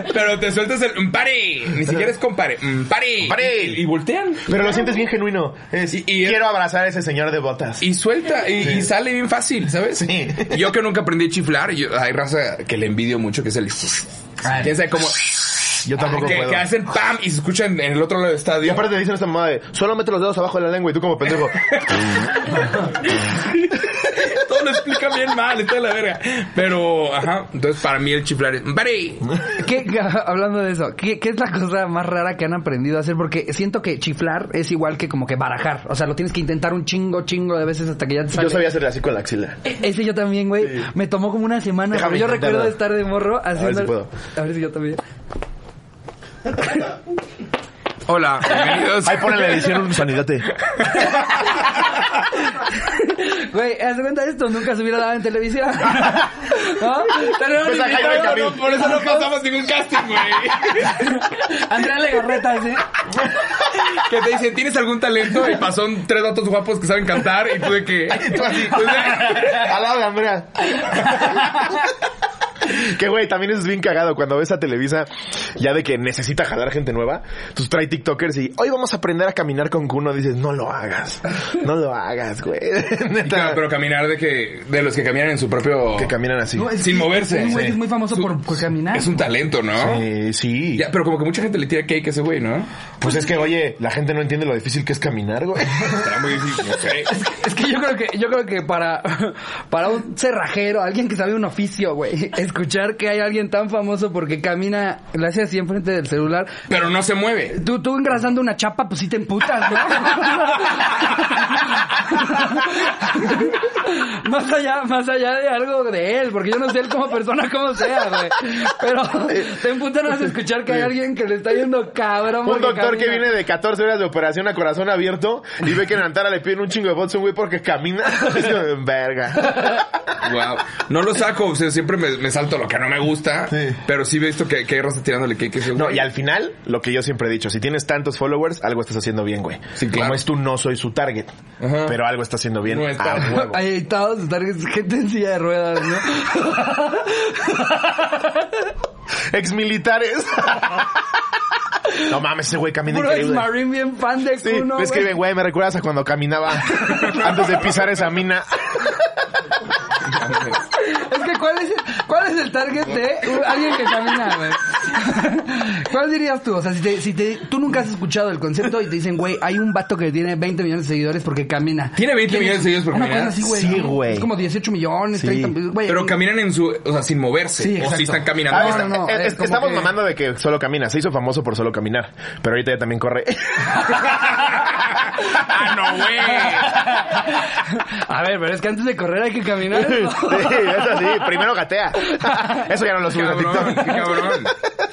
S3: Pero te sueltas el ¡Pare! Ni siquiera es compare. Mm, ¡Pare!
S2: Pare.
S3: Y, y voltean.
S2: Pero lo sientes bien genuino. Es,
S3: Y- y-
S2: quiero abrazar a ese señor de botas.
S3: Y suelta, y, y sale bien fácil, ¿sabes?
S2: Sí.
S3: Yo que nunca aprendí a chiflar, yo- hay raza que le envidio mucho, que es el... ¿Quién sabe cómo?
S2: Yo tampoco
S3: que,
S2: puedo.
S3: que hacen pam y se escuchan en el otro lado del
S2: Y
S3: estadio.
S2: aparte te dicen esta mamada de, solo mete los dedos abajo de la lengua y tú como pendejo.
S3: Todo lo explica bien mal, está de la verga. Pero, ajá, entonces para mí el chiflar es... "Mbare".
S1: ¿Qué, qué- hablando de eso, ¿qué, qué es la cosa más rara que han aprendido a hacer? Porque siento que chiflar es igual que como que barajar. O sea, lo tienes que intentar un chingo, chingo de veces hasta que ya te sale.
S2: Yo sabía hacerle así con la axila.
S1: E- Ese yo también, güey.
S2: Sí.
S1: Me tomó como una semana.
S2: Déjame
S1: pero yo
S2: intentarlo.
S1: recuerdo de estar de morro haciendo...
S2: si puedo.
S1: A ver si yo también.
S3: Hola, bienvenidos.
S2: Ahí ponle la edición un sonidote.
S1: Güey, haz de cuenta esto, nunca se hubiera dado en televisión. ¿No? Tenemos
S2: Pues a Jaime
S1: invitado,
S2: Camil.
S1: ¿no?
S3: Por eso no pasamos ningún casting, güey.
S1: Andrea Legarreta, ¿sí?
S3: Que te dicen, ¿tienes algún talento? Y pasó un- tres datos guapos que saben cantar y tú de que...
S2: Tú así. Al lado de Andrea. Que güey, también es bien cagado cuando ves a Televisa ya de que necesita jalar gente nueva. Entonces trae TikTokers y hoy vamos a aprender a caminar con Kuno. Dices, no lo hagas. No lo hagas, güey. Neta.
S3: Claro, pero caminar de que... De los que caminan en su propio...
S2: Que caminan así.
S1: No, es
S3: Sin
S1: que-
S3: moverse.
S1: Es un güey
S3: Sí.
S1: es muy famoso por, por caminar.
S3: Es un talento, ¿no?
S2: Eh, sí.
S3: Ya, pero como que mucha gente le tira cake a ese güey, ¿no?
S2: Pues es que, oye, la gente no entiende lo difícil que es caminar, güey.
S3: Será muy difícil, no sé.
S1: Es que yo creo que, yo creo que para, para un cerrajero, alguien que sabe un oficio, güey, escuchar que hay alguien tan famoso porque camina, lo hace así enfrente del celular.
S3: Pero no se mueve.
S1: Tú, tú engrasando una chapa, pues sí te emputas, ¿no? más allá, más allá de algo de él, porque yo no sé él como persona cómo sea, güey. Pero te emputan a escuchar que hay alguien que le está yendo cabrón.
S2: Un
S1: porque
S2: doctor que
S1: camina.
S2: viene de 14 horas de operación a corazón abierto y ve que en Antara le piden un chingo de bots a un güey porque camina. Es como, Verga.
S3: Wow. No lo saco, o sea, siempre me, me salto lo que no me gusta.
S2: Sí.
S3: Pero sí he visto que, que hay raza tirándole cake. ese
S2: No,
S3: güey.
S2: y al final, lo que yo siempre he dicho, si tienes tantos followers, algo estás haciendo bien, güey.
S3: Sí, claro.
S2: Como es tú, no soy su target.
S3: Ajá.
S2: Pero algo está haciendo bien.
S3: No está.
S2: A huevo.
S1: Hay editados estar gente en silla de ruedas, ¿no?
S2: Exmilitares. no mames, ese güey camina
S1: Puro ex
S2: increíble.
S1: marine bien fan de
S2: Sí,
S1: Kuno,
S2: me
S1: güey.
S2: escriben, güey, me recuerdas a cuando caminaba antes de pisar esa mina.
S1: Es que ¿cuál es, el, ¿cuál es el target de u- alguien que camina, güey? ¿Cuál dirías tú? O sea, si, te, si te, tú nunca has escuchado el concepto y te dicen, güey, hay un vato que tiene 20 millones de seguidores porque camina.
S3: Tiene 20 millones de seguidores por
S1: Una cosa
S3: caminar.
S1: así, güey.
S2: Sí,
S1: ¿no?
S2: güey.
S1: Es como 18 millones,
S2: Sí.
S1: 30 millones, güey.
S3: Pero caminan en su, o sea, sin moverse.
S1: Sí,
S3: o
S1: exacto.
S3: si están caminando.
S2: Ah,
S1: no,
S2: está-
S1: no, no,
S2: es-
S1: es
S2: es que
S1: como
S2: estamos
S1: que-
S2: mamando de que solo camina. Se hizo famoso por solo caminar. Pero ahorita ya también corre.
S3: ah, no, güey.
S1: A ver, pero es que antes de correr hay que caminar. ¿no?
S2: Sí, eso sí. Primero gatea. Eso ya no lo subes a
S3: Cabrón,
S2: TikTok.
S3: qué cabrón.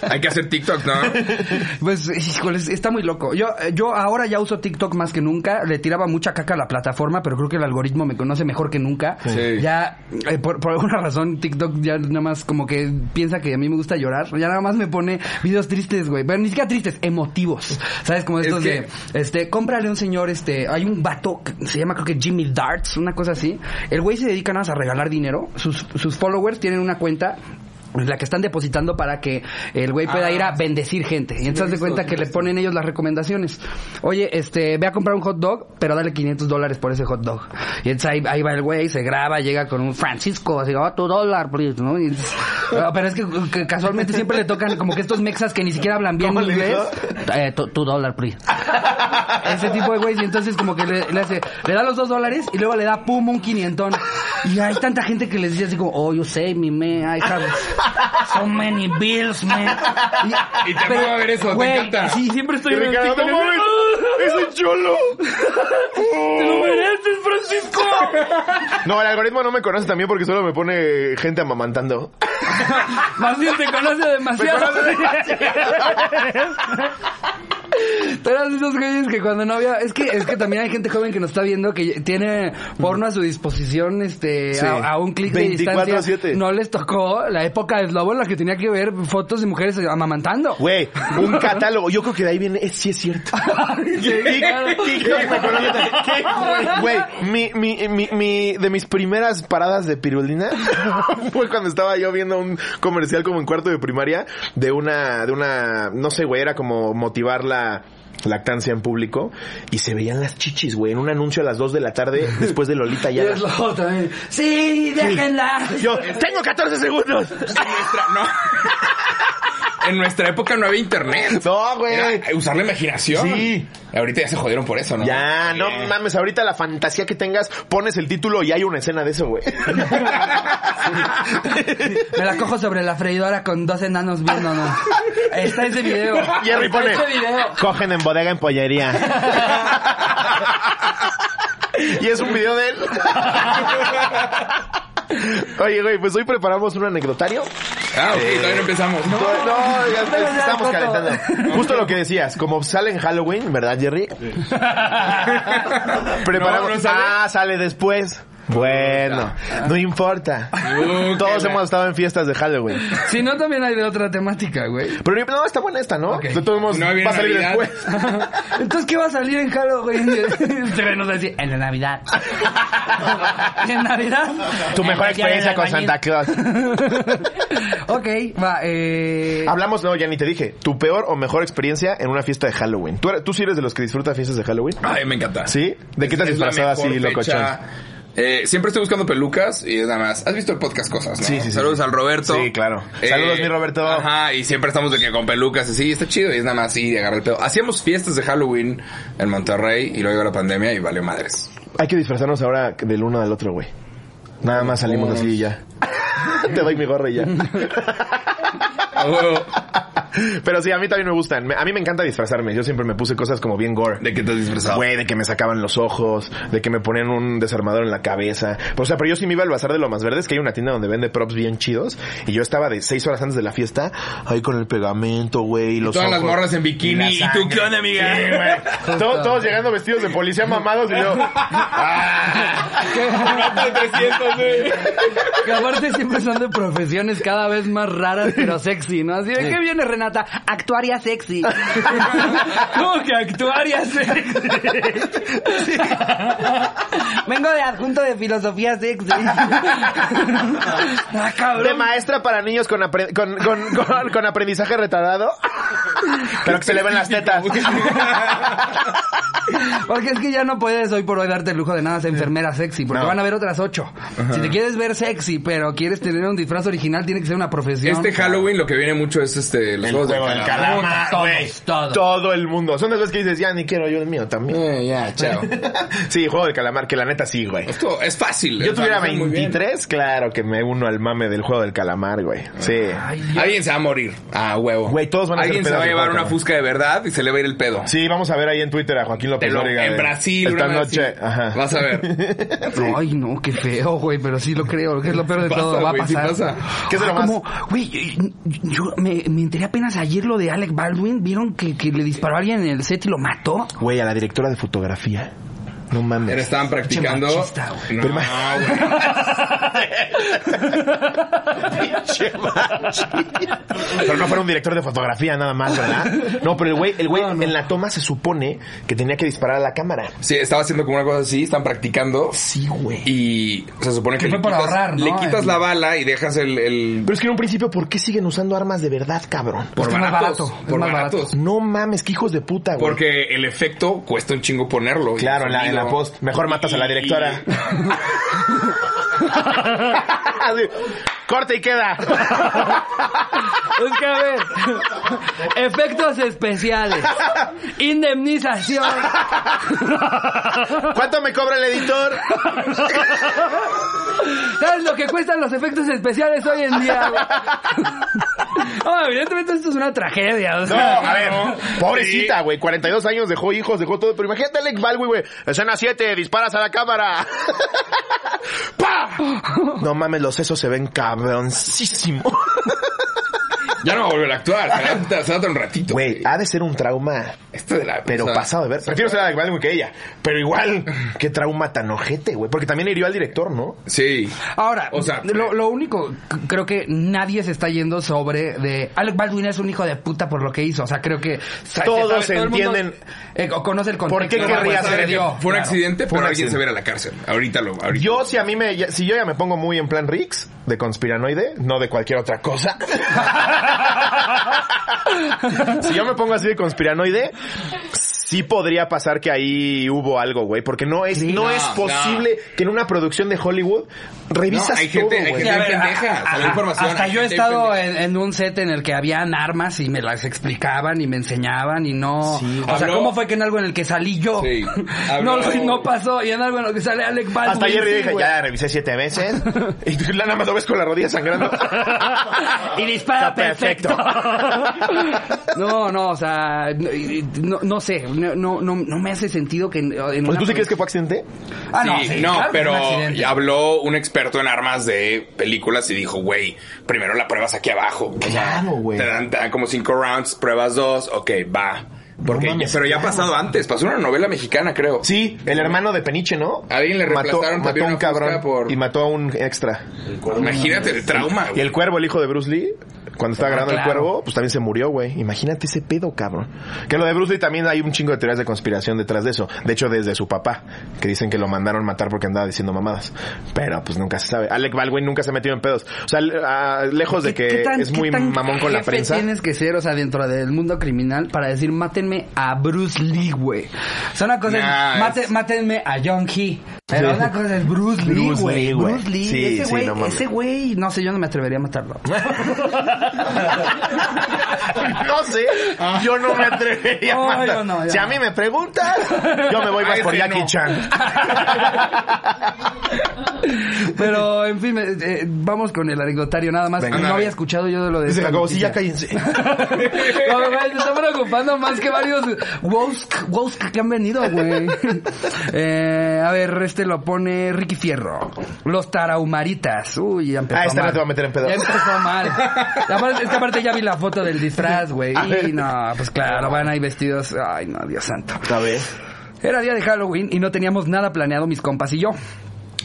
S3: Hay que hacer TikTok, ¿no?
S1: Pues, híjole, es- está muy loco. Yo, eh, yo ahora ya uso TikTok más que nunca. Le tiraba mucha caca a la plataforma, pero creo que el algoritmo me conoce mejor que nunca.
S3: Sí.
S1: Ya, eh, por, por alguna razón, TikTok ya nada más como que piensa que a mí me gusta llorar. Ya nada más me pone videos tristes, güey. Pero ni siquiera tristes, emotivos. ¿Sabes? Como estos
S3: que-
S1: de, este, cómprale a un señor, este, hay un vato que se llama creo que Jimmy Darts, una cosa así. El güey se dedica nada más a regalar dinero. Sus, sus followers tienen una cuenta en la que están depositando para que el güey pueda
S3: Ah,
S1: ir a bendecir gente. Y entonces de
S3: visto,
S1: cuenta
S3: sí
S1: que
S3: lo
S1: le
S3: he visto.
S1: ponen ellos las recomendaciones. Oye, este, ve a comprar un hot dog, pero dale 500 dólares por ese hot dog. Y entonces ahí, ahí va el güey, se graba, llega con un Francisco, así, oh, tu dólar, please, ¿no? Y entonces- Ah, pero es que, que casualmente siempre le tocan como que estos mexas que ni siquiera hablan bien
S2: ¿Cómo le
S1: inglés.
S2: dijo?
S1: Eh, tu, tu dólar, please. Ese tipo de güey, y entonces como que le, le hace, le da los dos dólares y luego le da pum un quinientón. Y hay tanta gente que les dice así como, oh, you save me, man, I have so many bills, man. Y,
S3: Y te pongo a ver eso, te
S1: güey,
S3: encanta.
S1: Sí, siempre estoy
S2: Y
S1: viendo
S2: Ricardo,
S1: TikTok, ¡Ah!
S2: no mames, es un cholo.
S1: ¡Te lo mereces, Francisco!
S2: No, el algoritmo no me conoce también porque solo me pone gente amamantando.
S1: Más bien te conoce demasiado.
S2: Me conoce
S1: Tú eras de esos güeyes que cuando no había... Es que, es que también hay gente joven que nos está viendo que tiene porno a su disposición este,
S2: Sí.
S1: a, a un clic de distancia.
S2: 24/7.
S1: No les tocó la época del lobo en la que tenía que ver fotos de mujeres amamantando.
S2: Güey, un catálogo. Yo creo que de ahí viene. eh, sí, es cierto.
S1: Sí, claro.
S2: TikTok me conoce también. Güey, mi, mi, mi, mi, de mis primeras paradas de pirulina fue cuando estaba yo viendo un comercial como en cuarto de primaria de una, de una, no sé, güey, era como motivar la lactancia en público y se veían las chichis, güey, en un anuncio a las 2 de la tarde después de Lolita
S1: Y
S2: ya.
S1: es lobo también. Sí, déjenla.
S2: Yo, tengo 14 segundos.
S3: En nuestra, no. En nuestra época no había internet.
S2: No, güey.
S3: Era usar la imaginación.
S2: Sí.
S3: Ahorita ya se jodieron por eso, ¿no?
S2: Ya, no
S3: Eh.
S2: mames, ahorita la fantasía que tengas, pones el título y hay una escena de eso, güey.
S1: Me la cojo sobre la freidora con dos enanos viendo, ¿no? Está ese video.
S2: Jerry
S1: Está
S2: pone,
S1: ese video.
S2: cogen en bodega en pollería. y es un video de él. Oye, güey, pues hoy preparamos un anecdotario.
S3: Ah, ok, todavía no empezamos.
S2: No, ya
S1: Pero ya,
S2: estamos
S1: Coco.
S2: calentando. Justo lo que decías, como sale en Halloween, ¿verdad, Jerry? Preparamos.
S3: No, no sale.
S2: Ah, sale después. Bueno, no importa.
S3: Uh, qué
S2: Todos
S3: la-
S2: hemos estado en fiestas de Halloween.
S1: Si no, también hay de otra temática, güey.
S2: Pero no, está buena esta, ¿no?
S1: Ok.
S2: De todos modos,
S3: No viene
S2: va a salir
S3: Navidad.
S2: después.
S1: Entonces, ¿qué va a salir en Halloween? Ustedes nos va a decir, en la Navidad. en Navidad.
S2: Tu
S1: En
S2: mejor
S1: la
S2: experiencia con
S1: llave
S2: Santa Claus.
S1: del albañil. ok, va, eh...
S2: Hablamos, no, ya ni te dije. Tu peor o mejor experiencia en una fiesta de Halloween. ¿Tú, eres- tú sí eres de los que disfruta fiestas de Halloween?
S3: Ay, me encanta.
S2: ¿Sí? ¿De qué te has
S3: Es la
S2: disfrazado
S3: mejor
S2: así, locochón?
S3: fecha. Eh, siempre estoy buscando pelucas y es nada más. ¿Has visto el podcast Cosas? no?
S2: Sí, sí, sí.
S3: Saludos al Roberto. Eh,
S2: Sí, claro. Saludos, mi Roberto.
S3: Ajá, y siempre estamos de que con pelucas así, está chido y es nada más ir y agarrar el pedo. Hacíamos fiestas de Halloween en Monterrey y luego llegó la pandemia y valió madres.
S2: Hay que disfrazarnos ahora del uno al otro, güey. Nada más salimos así y ya. te doy mi gorra y ya.
S3: A huevo.
S2: Pero sí, a mí también me gustan. Me- A mí me encanta disfrazarme. Yo siempre me puse cosas como bien gore.
S3: ¿De qué te has disfrazado?
S2: Güey, de que me sacaban los ojos, de que me ponían un desarmador en la cabeza. O sea, pero yo sí me iba al bazar de lo más verdes, que hay una tienda donde vende props bien chidos. Y yo estaba de seis horas antes de la fiesta, ahí con el pegamento, güey, y los
S3: Todas las
S2: ojos.
S3: morras en bikini. ¿Y, tú qué onda, amiga?
S2: Sí, güey. Todo- todos llegando vestidos de policía mamados y yo.
S3: Ah. Un vato de 300, güey.
S1: Que aparte siempre son de profesiones cada vez más raras pero sexy, ¿no? Así de que viene Renata, actuaria sexy.
S4: ¿Cómo que actuar y hacer?
S1: Vengo de adjunto de filosofía sexy. ah,
S2: De
S1: cabrón.
S2: maestra para niños con, apre- con, con, con- con aprendizaje retardado. Pero que se le ven las tetas.
S1: Porque es que ya no puedes hoy por hoy darte el lujo de nada ser enfermera sexy, porque
S2: No.
S1: van a haber otras ocho. Si te quieres ver sexy, pero quieres tener un disfraz original, tiene que ser una profesión.
S3: Este Halloween lo que viene mucho es este, los
S2: El
S3: juegos
S2: juego
S3: del
S2: del
S3: calamar.
S2: calamar,
S1: Todos,
S2: güey.
S1: todos.
S2: Todo el mundo. Son las veces que dices, ya ni quiero yo el mío también.
S3: Eh, ya, chao.
S2: Sí, juego del calamar, que la neta sí, güey.
S3: Esto es fácil.
S2: Yo
S3: o sea,
S2: tuviera
S3: lo hacen muy bien.
S2: 23, claro que me uno al mame del juego del calamar, güey. Sí.
S3: Alguien se va a morir. Ah, huevo.
S2: Güey, todos van a ser
S3: Alguien se
S2: pedos
S3: va a
S2: de
S3: llevar
S2: juego,
S3: una
S2: cabrón.
S3: fusca de verdad y se le va a ir el pedo.
S2: Sí, vamos a ver ahí en Twitter a Joaquín
S3: Te
S2: López
S3: lo-
S2: Dóriga.
S3: en
S2: de-
S3: Brasil,
S2: Esta
S3: una vez así.
S2: noche. Ajá.
S3: Vas a ver.
S1: Ay, no, qué feo, güey, pero sí lo creo, que es lo peor de
S3: Pasa,
S1: todo, va a
S3: güey, sí
S1: pasar.
S3: pasa.
S2: ¿Qué es lo
S1: Ah,
S2: más?
S1: Como, güey, yo, yo- me, me enteré apenas ayer lo de Alec Baldwin, vieron que, que le disparó a alguien en el set y lo mató.
S2: Güey, a la directora de fotografía. No
S3: Pero
S2: mames.
S3: estaban practicando.
S1: Pinche machista, güey.
S3: No, güey.
S2: Pero no fuera un director de fotografía nada más, ¿verdad? No, pero el güey, el güey en la toma se supone que tenía que disparar a la cámara.
S3: Sí, estaba haciendo como una cosa así, están practicando.
S2: Sí, güey.
S3: Y se supone que,
S1: Que fue
S3: le
S1: para
S3: quitas,
S1: ahorrar, ¿no?
S3: le quitas
S1: El-
S3: la bala y dejas el, el
S2: Pero es que en un principio, ¿por qué siguen usando armas de verdad, cabrón?
S3: por
S1: es más
S3: baratos,
S1: barato, es
S3: por
S1: más barato.
S3: baratos.
S2: No mames, que hijos de puta, güey.
S3: Porque el efecto cuesta un chingo ponerlo. y
S2: Claro,
S3: el
S2: en la, en la
S3: sonido.
S2: post. Mejor matas a la
S3: Y-
S2: directora. Así, Corte y queda.
S1: Es que a ver, efectos especiales, indemnización.
S2: ¿Cuánto me cobra el editor?
S1: ¿Sabes lo que cuestan los efectos especiales hoy en día? güey? No, evidentemente esto es una tragedia, o
S2: No,
S1: sea.
S2: a ver. Pobrecita, güey. 42 años dejó hijos, dejó todo. Pero imagínate a Alex Baldwin, güey. Escena 7, disparas a la cámara. ¡Pa! No mames, los sesos se ven cabroncísimo.
S3: Ya no va a volver a actuar. Se va- Se va, a dar un ratito.
S2: Güey, ha de ser un trauma.
S3: Esto de la.
S2: Pero
S3: o sea,
S2: pasado de ver. Prefiero ser Alex Baldwin que ella. Pero igual, qué trauma tan ojete, güey. Porque también hirió al director, ¿no?
S3: Sí.
S1: Ahora,
S3: O sea,
S1: lo, lo único, c- creo que nadie se está yendo sobre de Alec Baldwin es un hijo de puta por lo que hizo. O sea, creo que sa-
S2: Todos
S1: todo el mundo,
S2: entienden
S1: eh, o conoce el contexto. Pues,
S2: por qué
S1: de lo que
S2: querría hacer
S1: sucedió.
S2: eso.
S3: Fue un
S1: Claro.
S3: accidente,
S2: Fue un
S3: pero alguien
S2: accidente.
S3: se va a ir a la cárcel. Ahorita lo. Ahorita.
S2: Yo, si a mí me. ya- Si yo ya me pongo muy en plan Rix, de conspiranoide, no de cualquier otra cosa. si yo me pongo así de conspiranoide, sí podría pasar que ahí hubo algo, güey. Porque no es, no,
S3: No,
S2: es posible que en una producción de Hollywood revisas
S3: No, hay gente-
S2: todo,
S3: hay
S2: güey.
S1: Sí, a ver,
S3: pendeja,
S1: a- a-
S3: salió información,
S1: Hasta
S3: hay
S1: yo he
S3: gente
S1: estado
S3: pendeja.
S1: en, en un set en el que habían armas y me las explicaban y me enseñaban y no... o sea,
S3: Habló-
S1: ¿cómo fue que en algo en el que salí yo?
S3: Sí,
S1: no,
S3: habló-
S1: lo- no pasó. Y en algo en lo que sale Alec Baldwin.
S2: Hasta ayer
S1: sí,
S2: dije,
S1: güey.
S2: ya la revisé siete veces. y tú la nada más lo ves con la rodilla sangrando.
S1: Y dispara
S2: Está perfecto.
S1: perfecto. no, no, o sea, no, no sé, no, no, no, no me hace sentido que en, en
S2: Pues
S1: una
S2: tú sí crees que fue accidente.
S1: Ah, no,
S3: Sí,
S1: sí,
S3: no,
S1: claro que
S3: pero
S1: fue un accidente.
S3: habló un experto en armas de películas y dijo, güey, primero la pruebas aquí abajo. O sea,
S2: Claro, güey.
S3: Te dan, te dan como cinco rounds, pruebas dos, ok, va. Porque,
S2: mames,
S3: pero ya ha
S2: claro.
S3: pasado antes, pasó una novela mexicana, creo.
S2: Sí, el hermano de Peniche, ¿no?
S3: A alguien le
S2: mató,
S3: reemplazaron
S2: mató
S3: también
S2: a un
S3: una fusca
S2: cabrón
S3: por-
S2: y mató a un extra.
S3: Imagínate el trauma.
S2: Y el cuervo, el hijo de Bruce Lee, cuando
S3: Ah,
S2: estaba grabando
S1: claro.
S2: el cuervo, pues también se murió, güey. Imagínate ese pedo, cabrón. Que lo de Bruce Lee también hay un chingo de teorías de conspiración detrás de eso. De hecho, desde su papá, que dicen que lo mandaron matar porque andaba diciendo mamadas. Pero pues nunca se sabe. Alec Baldwin nunca se ha metido en pedos. O sea, le- ah, lejos de
S1: ¿Qué-
S2: que
S1: qué tan-
S2: es
S1: qué
S2: muy
S1: tan
S2: mamón con la
S1: jefe
S2: prensa.
S1: tienes que ser, o sea, dentro del mundo criminal para decir, mátenme a Bruce Lee, güey? O sea, una cosa
S3: Nah,
S1: es, "Mate-
S3: es-
S1: mátenme a John Key. Pero
S2: Sí.
S1: una cosa es Bruce Lee,
S2: Bruce Lee,
S1: güey.
S2: güey.
S1: Bruce Lee,
S2: Sí,
S1: ese
S2: sí,
S1: güey,
S2: no mames.
S1: ese güey, no sé, yo no me atrevería a matarlo.
S2: No sé, yo no me atrevería
S1: Ah. No,
S2: a matar.
S1: yo no, yo
S2: si a
S1: no.
S2: mí me preguntas, yo me voy
S3: A
S2: más
S3: ese
S2: por Jackie
S3: no.
S2: Chan.
S1: Pero, en fin, eh, eh, vamos con el anecdotario nada más.
S2: Venga,
S1: no
S3: dale.
S1: había escuchado yo de lo de...
S2: Dice
S1: esta
S2: Jacobo, sí,
S1: noticia.
S2: ya cállense.
S1: No, güey, se está preocupando más que varios Wosk, Wosk que han venido, güey. Eh, a ver, este lo pone Ricky Fierro. Los Taraumaritas. Uy, ya empezó
S2: Ah, esta
S1: mal.
S2: no te va a meter en pedo.
S1: Ya empezó mal. Y aparte- esta parte ya vi la foto del disfraz, güey.
S2: A ver.
S1: Y no, pues claro, van ahí vestidos. Ay, no, Dios santo.
S2: A ver.
S1: Era día de Halloween y no teníamos nada planeado mis compas y yo.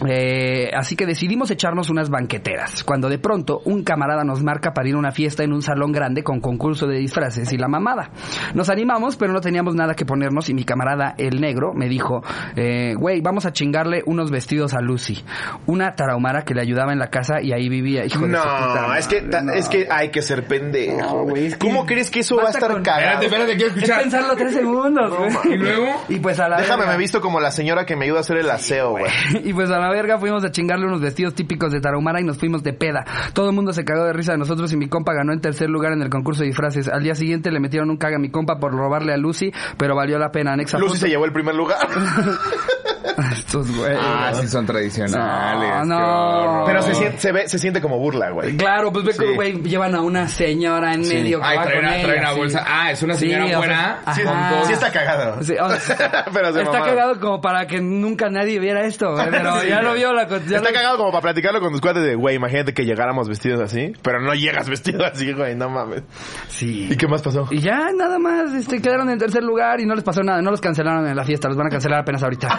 S1: Eh, así que decidimos echarnos unas banqueteras, cuando de pronto un camarada nos marca para ir a una fiesta en un salón grande con concurso de disfraces y la mamada. Nos animamos, pero no teníamos nada que ponernos y mi camarada, el negro, me dijo, eh, güey, vamos a chingarle unos vestidos a Lucy, una tarahumara que le ayudaba en la casa y ahí vivía. Hijo de su puta
S2: No,
S1: madre,
S2: es que, ta-
S1: no.
S2: es que hay que ser pendejo.
S1: güey, es que-
S2: ¿Cómo crees que eso va a
S1: Basta
S2: estar
S1: con-
S2: cagado?
S3: Espérate, espérate, quiero
S1: Es
S3: escuchar.
S1: pensarlo tres segundos, güey.
S3: Y luego,
S1: Y pues a la
S2: Déjame,
S1: verga.
S2: me he visto como la señora que me ayuda a hacer el aseo, güey.
S1: Y pues a la verga fuimos a chingarle unos vestidos típicos de Tarahumara y nos fuimos de peda. Todo el mundo se cagó de risa de nosotros y mi compa ganó en tercer lugar en el concurso de disfraces. Al día siguiente le metieron un caga a mi compa por robarle a Lucy, pero valió la pena. Anexa
S2: Lucy
S1: foto-
S2: se llevó el primer lugar.
S1: Estos güeyes.
S3: Ah, sí, son tradicionales.
S1: No,
S3: qué horror.
S2: Pero se siente, se ve, se siente como burla, güey.
S1: Claro, pues ve que
S2: Sí.
S1: güey llevan a una señora en medio que
S3: Ay,
S1: va
S3: trae
S1: con
S3: una,
S1: ella,
S3: trae una
S1: sí.
S3: bolsa. Ah, es una
S1: Sí,
S3: señora
S1: o sea,
S3: buena.
S2: Sí,
S1: Ajá.
S2: sí está cagado.
S1: Sí, o sea,
S2: Pero se
S1: está
S2: mamaron.
S1: cagado como para que nunca nadie viera esto, güey, pero
S2: Sí,
S1: ya lo
S2: güey.
S1: vio la ya
S2: Está
S1: lo-
S2: cagado como para platicarlo con tus cuates de, güey, imagínate que llegáramos vestidos así, pero no llegas vestido así, güey, no mames.
S1: Sí.
S2: ¿Y qué más pasó?
S1: Y ya, nada más, este, quedaron en tercer lugar y no les pasó nada, no los cancelaron en la fiesta, los van a cancelar apenas ahorita.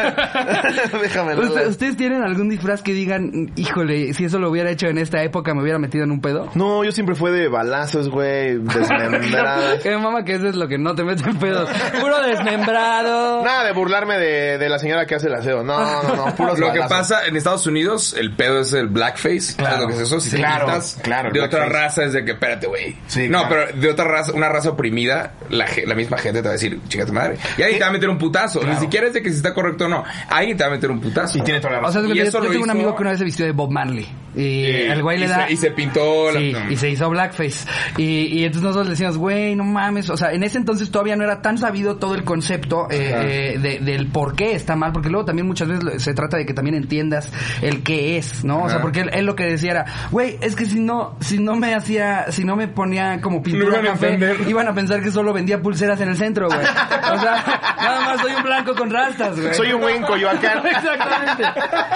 S2: Déjame
S1: Usted-
S2: leerla.
S1: ¿Ustedes tienen algún disfraz que digan, híjole, si eso lo hubiera hecho en esta época me hubiera metido en un pedo?
S2: No, yo siempre fue de balazos, güey, desmembradas.
S1: Qué Eh, mamá que eso es lo que no te mete en pedos. Puro desmembrado.
S2: Nada de burlarme de, de la señora que hace el aseo. No, no, no, puros
S3: Lo que
S2: balazos.
S3: pasa en Estados Unidos, el pedo es el blackface. ¿Sabes lo que es eso? Si te
S2: Claro,
S3: quitas
S2: claro, el
S3: de otra
S2: blackface.
S3: raza es de que, espérate, güey.
S2: Sí,
S3: no,
S2: claro.
S3: pero de otra raza, una raza oprimida, la, ge- la misma gente te va a decir, chica tu madre. Y alguien te va a meter un putazo. Ni siquiera es de que si está correcto o no. Alguien te va a meter un putazo.
S2: Y tiene toda la
S1: O
S2: razón.
S1: sea,
S3: Y
S1: yo, yo
S3: eso lo
S1: tengo un
S3: hizo-
S1: amigo que una vez se vistió de Bob Marley. Y
S3: Eh,
S1: el güey le
S3: y
S1: da...
S3: Se, y se pintó la-
S1: Sí,
S3: no.
S1: y se hizo blackface. Y, y entonces nosotros le decíamos, güey, no mames. O sea, en ese entonces todavía no era tan sabido todo el concepto eh, eh, de- del por qué está mal, porque luego también muchas veces lo- se trata de que también entiendas el qué es, ¿no? O sea,
S3: Ajá.
S1: porque él, él lo que decía era, güey, es que si no, si no me hacía, si no me ponía como
S3: No
S1: pintura
S3: iban a
S1: café,
S3: entender.
S1: iban a pensar que solo vendía pulseras en el centro, güey. O sea, nada más soy un blanco con rastas, güey.
S2: Soy un güey en Coyoacán.
S1: Exactamente.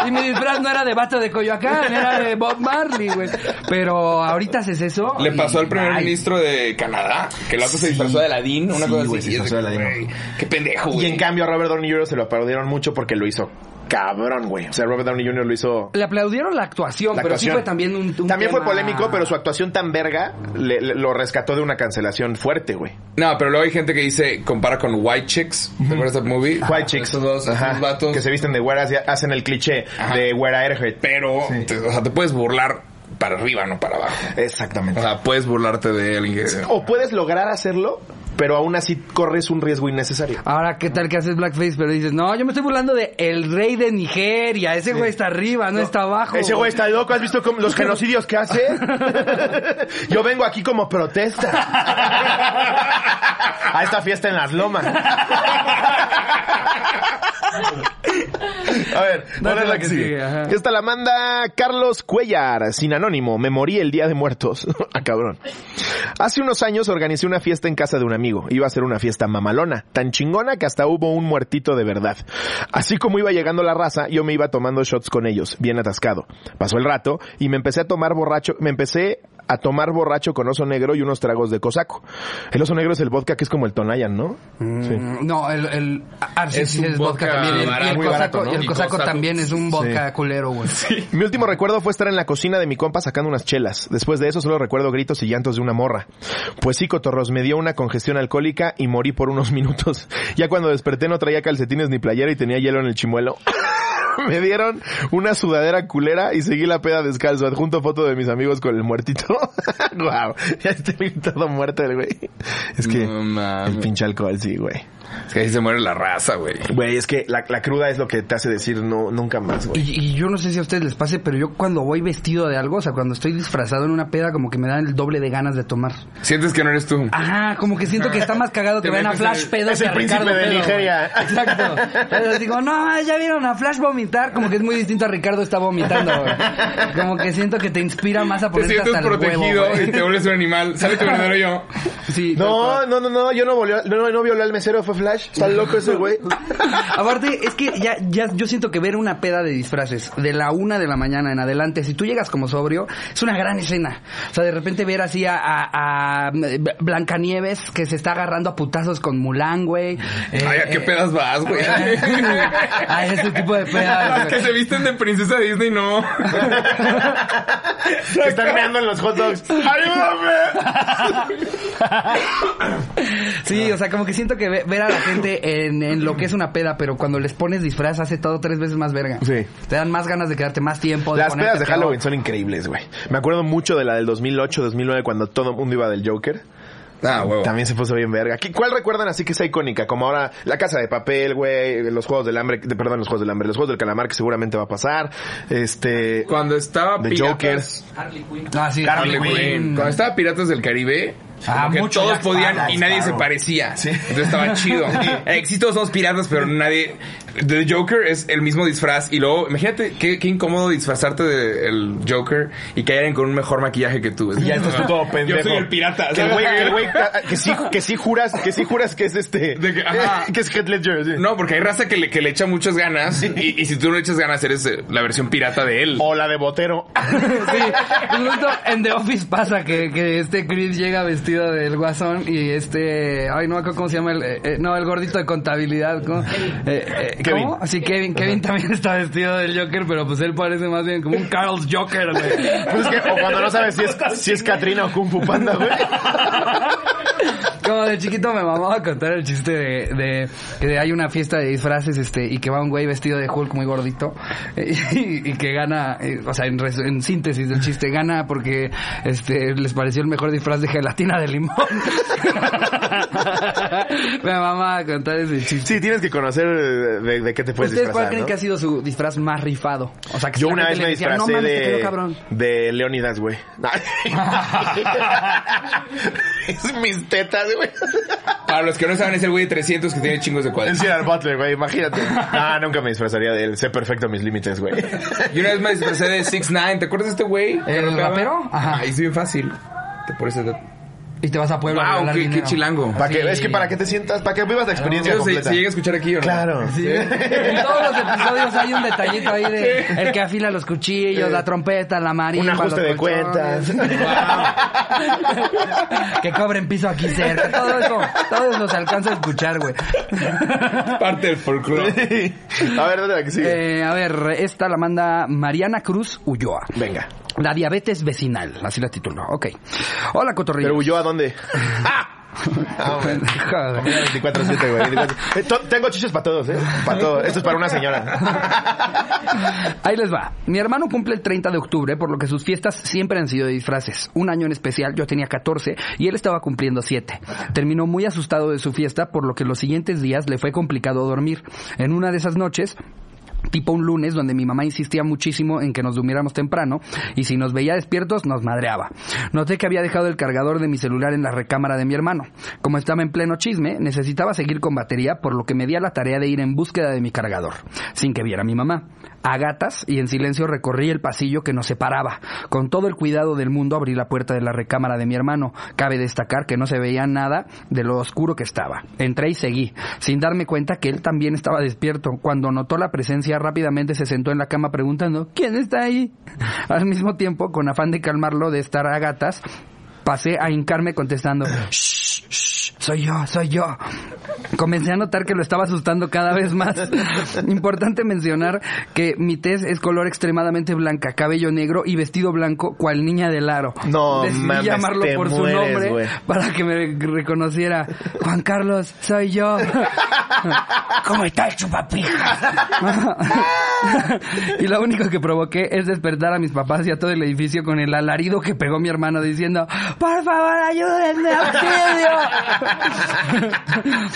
S1: Y mi disfraz no era de vato de Coyoacán, era de Bob Marley, güey. Pero ahorita haces eso.
S3: Le
S1: y-
S3: pasó al primer
S1: ay,
S3: ministro de Canadá, que el otro se
S2: Sí.
S3: disfrazó de Aladín, una
S2: Sí,
S3: cosa
S2: güey,
S3: así.
S2: se
S3: Y es
S2: disfrazó de
S3: que,
S2: Aladín.
S3: güey, Qué pendejo, güey.
S2: Y en cambio a Robert Downey Jr. se lo parodiaron mucho porque lo hizo cabrón, güey. O sea, Robert Downey Jr. lo hizo...
S1: Le aplaudieron la actuación,
S2: la
S1: pero sí
S2: actuación.
S1: fue también un, un
S2: También
S1: tema-
S2: fue polémico, pero su actuación tan verga le- le- lo rescató de una cancelación fuerte, güey.
S3: No, pero luego hay gente que dice, compara con White Chicks. ¿Te acuerdas de esa movie?
S2: White chicks.
S3: Esos Ah, dos, esos
S2: Ajá.
S3: vatos.
S2: Que se visten de güeras y hacen el cliché
S3: Ajá.
S2: de güera Earhart.
S3: Pero, te- o sea, te puedes burlar para arriba, no para abajo.
S2: Exactamente.
S3: O sea, puedes burlarte de alguien que...
S2: O puedes lograr hacerlo, pero aún así corres un riesgo innecesario.
S1: Ahora, ¿qué tal que haces blackface? Pero dices, no, yo me estoy burlando de el rey de Nigeria. Ese güey está arriba, no, está abajo.
S2: Ese güey está loco, ¿has visto cómo- los genocidios que hace? Yo vengo aquí como protesta. A esta fiesta en las lomas. A ver, ¿cuál
S1: Date
S2: es la que sigue?
S1: ajá.
S2: Esta la manda Carlos Cuellar, sin anónimo. Me morí el día de muertos. ah, cabrón. Hace unos años organicé una fiesta en casa de un amigo. Iba a ser una fiesta mamalona, tan chingona que hasta hubo un muertito de verdad. Así como iba llegando la raza, yo me iba tomando shots con ellos, bien atascado. Pasó el rato y me empecé a tomar borracho, me empecé a tomar borracho con oso negro y unos tragos de cosaco. El oso negro es el vodka que es como el Tonayan, ¿no? Sí.
S1: Mm, No, el, el Arce
S3: Es
S1: sí
S3: un
S1: es vodka,
S3: vodka
S1: también. El-
S3: barato,
S1: y el
S3: muy
S1: cosaco,
S3: barato, ¿no?
S1: y el
S3: Y
S1: cosaco
S3: cosaco.
S1: también es un vodka culero, güey.
S2: Mi último recuerdo fue estar en la cocina de mi compa sacando unas chelas. Después de eso solo recuerdo gritos y llantos de una morra. Pues sí, cotorros, me dio una congestión alcohólica y morí por unos minutos. Ya cuando desperté no traía calcetines ni playera y tenía hielo en el chimuelo. me dieron una sudadera culera y seguí la peda descalzo. Adjunto foto de mis amigos con el muertito. wow, ya estoy todo muerto el güey. Es que
S3: No mames.
S2: el pinche alcohol, sí, güey.
S3: Es que ahí se muere la raza, güey.
S2: Güey, es que la, la cruda es lo que te hace decir no nunca más, güey.
S1: Y, y yo no sé si a ustedes les pase, pero yo cuando voy vestido de algo, o sea, cuando estoy disfrazado en una peda, como que me dan el doble de ganas de tomar.
S3: Sientes que no eres tú.
S1: Ajá, como que siento que está más cagado que
S3: Te
S1: vean a
S3: metes
S1: Flash
S3: el-
S1: pedo
S2: es
S1: que
S2: el
S1: a
S2: príncipe
S1: Ricardo
S2: de
S1: pedo, güey.
S2: Nigeria.
S1: Exacto. Pero digo, no, ya vieron a Flash vomitar, como que es muy distinto a Ricardo está vomitando. güey. Como que siento que te inspira más a
S3: Te
S1: ponerte
S3: sientes
S1: hasta el
S3: protegido
S1: huevo, güey.
S3: y te vuelves un animal. Sale tu verdadero yo.
S1: Sí, tal cual.
S2: No, no, no, no, yo no, volé- no, no violé al mesero, fue Flash. Está loco ese güey.
S1: Aparte, es que ya, ya yo siento que ver una peda de disfraces de la una de la mañana en adelante, si tú llegas como sobrio, es una gran escena. O sea, de repente ver así a, a- a Blancanieves que se está agarrando a putazos con Mulan, güey. Eh,
S3: Ay, ¿a qué
S1: eh,
S3: pedas vas, güey? eh.
S1: a ese tipo de pedas.
S3: Las que
S1: güey.
S3: se visten de princesa Disney, no.
S2: Que están meando en los hot dogs. ¡Ayúdame!
S1: Sí,
S2: Ah.
S1: o sea, como que siento que ve- ver a la gente en, en lo que es una peda, pero cuando les pones disfraz hace todo tres veces más verga.
S2: Sí.
S1: Te dan más ganas de quedarte más tiempo. de
S2: Las
S1: ponerte
S2: pedas de
S1: peor.
S2: Halloween son increíbles, güey. Me acuerdo mucho de la del 2008, 2009, cuando todo el mundo iba del Joker.
S3: Ah, huevo.
S2: También se puso bien verga. ¿Qué- ¿Cuál recuerdan así que sea icónica? Como ahora La Casa de Papel, güey, los Juegos del Hambre, de- perdón, los Juegos del Hambre, los Juegos del Calamar que seguramente va a pasar. Este...
S3: Cuando estaba
S2: The
S3: Piratas...
S1: Ah, sí,
S3: Harley Quinn. Cuando estaba Piratas del Caribe...
S1: Ah,
S3: como que
S1: mucho
S3: todos
S1: Jack
S3: podían y
S1: Palance,
S3: nadie
S1: claro.
S3: se parecía. Entonces estaba chido. Eh, sí, todos somos piratas, pero nadie. The Joker es el mismo disfraz. Y luego, imagínate qué, qué incómodo disfrazarte del Joker y que hayan con un mejor maquillaje que tú. Es
S2: Y ya
S3: como,
S2: estás tú todo
S3: "Ah,
S2: pendejo.
S3: Yo soy el pirata.
S2: Que el
S3: ¿sabes?
S2: güey, que el güey, ta- que sí, que sí juras, que sí juras que es este,
S3: De que- ajá.
S2: que es Heath Ledger, sí.
S3: No, porque hay raza que le, que le echa muchas ganas. Y, y si tú no le echas ganas, eres eh, la versión pirata de él.
S2: O la de Botero.
S1: Sí, justo en The Office pasa que, que este Chris llega vestido del guasón y este, ay no, me acuerdo ¿cómo se llama? El, eh, eh, no, el gordito de contabilidad, ¿cómo? Eh, eh,
S2: Kevin.
S1: ¿cómo? Sí, Kevin, Kevin también está vestido del Joker, pero pues él parece más bien como un Carl's Joker, güey.
S2: Pues es que, o cuando no sabes si es, si es Katrina o Kung Fu Panda, güey.
S1: Como de chiquito me mamaba contar el chiste de, de que hay una fiesta de disfraces este y que va un güey vestido de Hulk muy gordito eh, y, y que gana, eh, o sea, en, res- en síntesis del chiste, gana porque este les pareció el mejor disfraz de gelatina de limón. me mamaba contar ese chiste.
S2: Sí, tienes que conocer eh, de, de qué te puedes
S1: ¿Ustedes cuál
S2: disfrazar,
S1: creen
S2: ¿no?
S1: que ha sido su disfraz más rifado? O sea, que
S2: Yo
S1: la
S2: una
S1: gente
S2: vez
S1: le
S2: me
S1: decía,
S2: disfracé
S1: no mames, que quedó
S2: de,
S1: cabrón.
S2: de Leonidas, güey. es mis tetas, güey.
S3: Para los que no saben, es el güey de 300 que tiene chingos de
S2: Es
S3: cuadros.
S2: Gerard Butler, güey, imagínate. Ah, nunca me disfrazaría de él. Sé perfecto mis límites, güey.
S3: Y una vez me disfrazé de 6 9 ¿Te acuerdas de este güey? que
S1: ¿El
S3: rapeaba?
S1: rapero? Ajá.
S3: Ajá. es bien fácil. Te pones el...
S1: Y te vas a Puebla a
S3: Wow,
S1: regalar
S3: qué, qué
S1: dinero.
S3: chilango.
S2: Pa' que,
S1: Ah, Sí.
S2: Es que para que te sientas, para que vivas la experiencia
S3: Yo, si,
S2: completa.
S3: si llega a escuchar aquí o no.
S2: Claro.
S1: Sí. En todos los episodios hay un detallito ahí de el que afila los cuchillos, la trompeta, la marimba,
S2: Un ajuste
S1: los
S2: de
S1: colchones. que cobren piso aquí cerca. Todo eso, todo eso se alcanza a escuchar, güey.
S3: Parte del folclore.
S2: a ver, dale la que sigue.
S1: Eh, a ver, esta la manda Mariana Cruz Ulloa.
S2: Venga.
S1: La diabetes vecinal, así la tituló. Ok. Hola, Cotorrillo.
S2: Pero huyó a dónde? Ah, bueno. Comida 24-7, güey. 24/7. Eh, to- Tengo chiches para todos, ¿eh? Para todos. Esto es para una señora.
S1: Ahí les va. Mi hermano cumple el 30 de octubre, por lo que sus fiestas siempre han sido de disfraces. Un año en especial, yo tenía 14 y él estaba cumpliendo 7. Terminó muy asustado de su fiesta, por lo que los siguientes días le fue complicado dormir. En una de esas noches, tipo un lunes donde mi mamá insistía muchísimo en que nos durmiéramos temprano y si nos veía despiertos nos madreaba. Noté que había dejado el cargador de mi celular en la recámara de mi hermano. Como estaba en pleno chisme, necesitaba seguir con batería por lo que me di a la tarea de ir en búsqueda de mi cargador, sin que viera mi mamá. A gatas y en silencio recorrí el pasillo que nos separaba. Con todo el cuidado del mundo abrí la puerta de la recámara de mi hermano. Cabe destacar que no se veía nada de lo oscuro que estaba. Entré y seguí, sin darme cuenta que él también estaba despierto. Cuando notó la presencia, rápidamente se sentó en la cama preguntando, ¿quién está ahí? Al mismo tiempo, con afán de calmarlo de estar a gatas, pasé a hincarme contestando, "Shh, shh, soy yo, soy yo. Comencé a notar que lo estaba asustando cada vez más. Importante mencionar que mi tez es color extremadamente blanca, cabello negro y vestido blanco, cual niña del aro.
S2: No
S1: Decidí
S2: mames,
S1: llamarlo
S2: te
S1: por su
S2: mueres,
S1: nombre
S2: güey.
S1: para que me reconociera. Juan Carlos, soy yo. ¿Cómo está el chupapija? y lo único que provoqué es despertar a mis papás y a todo el edificio con el alarido que pegó mi hermano diciendo, por favor, ayúdenme, auxilio.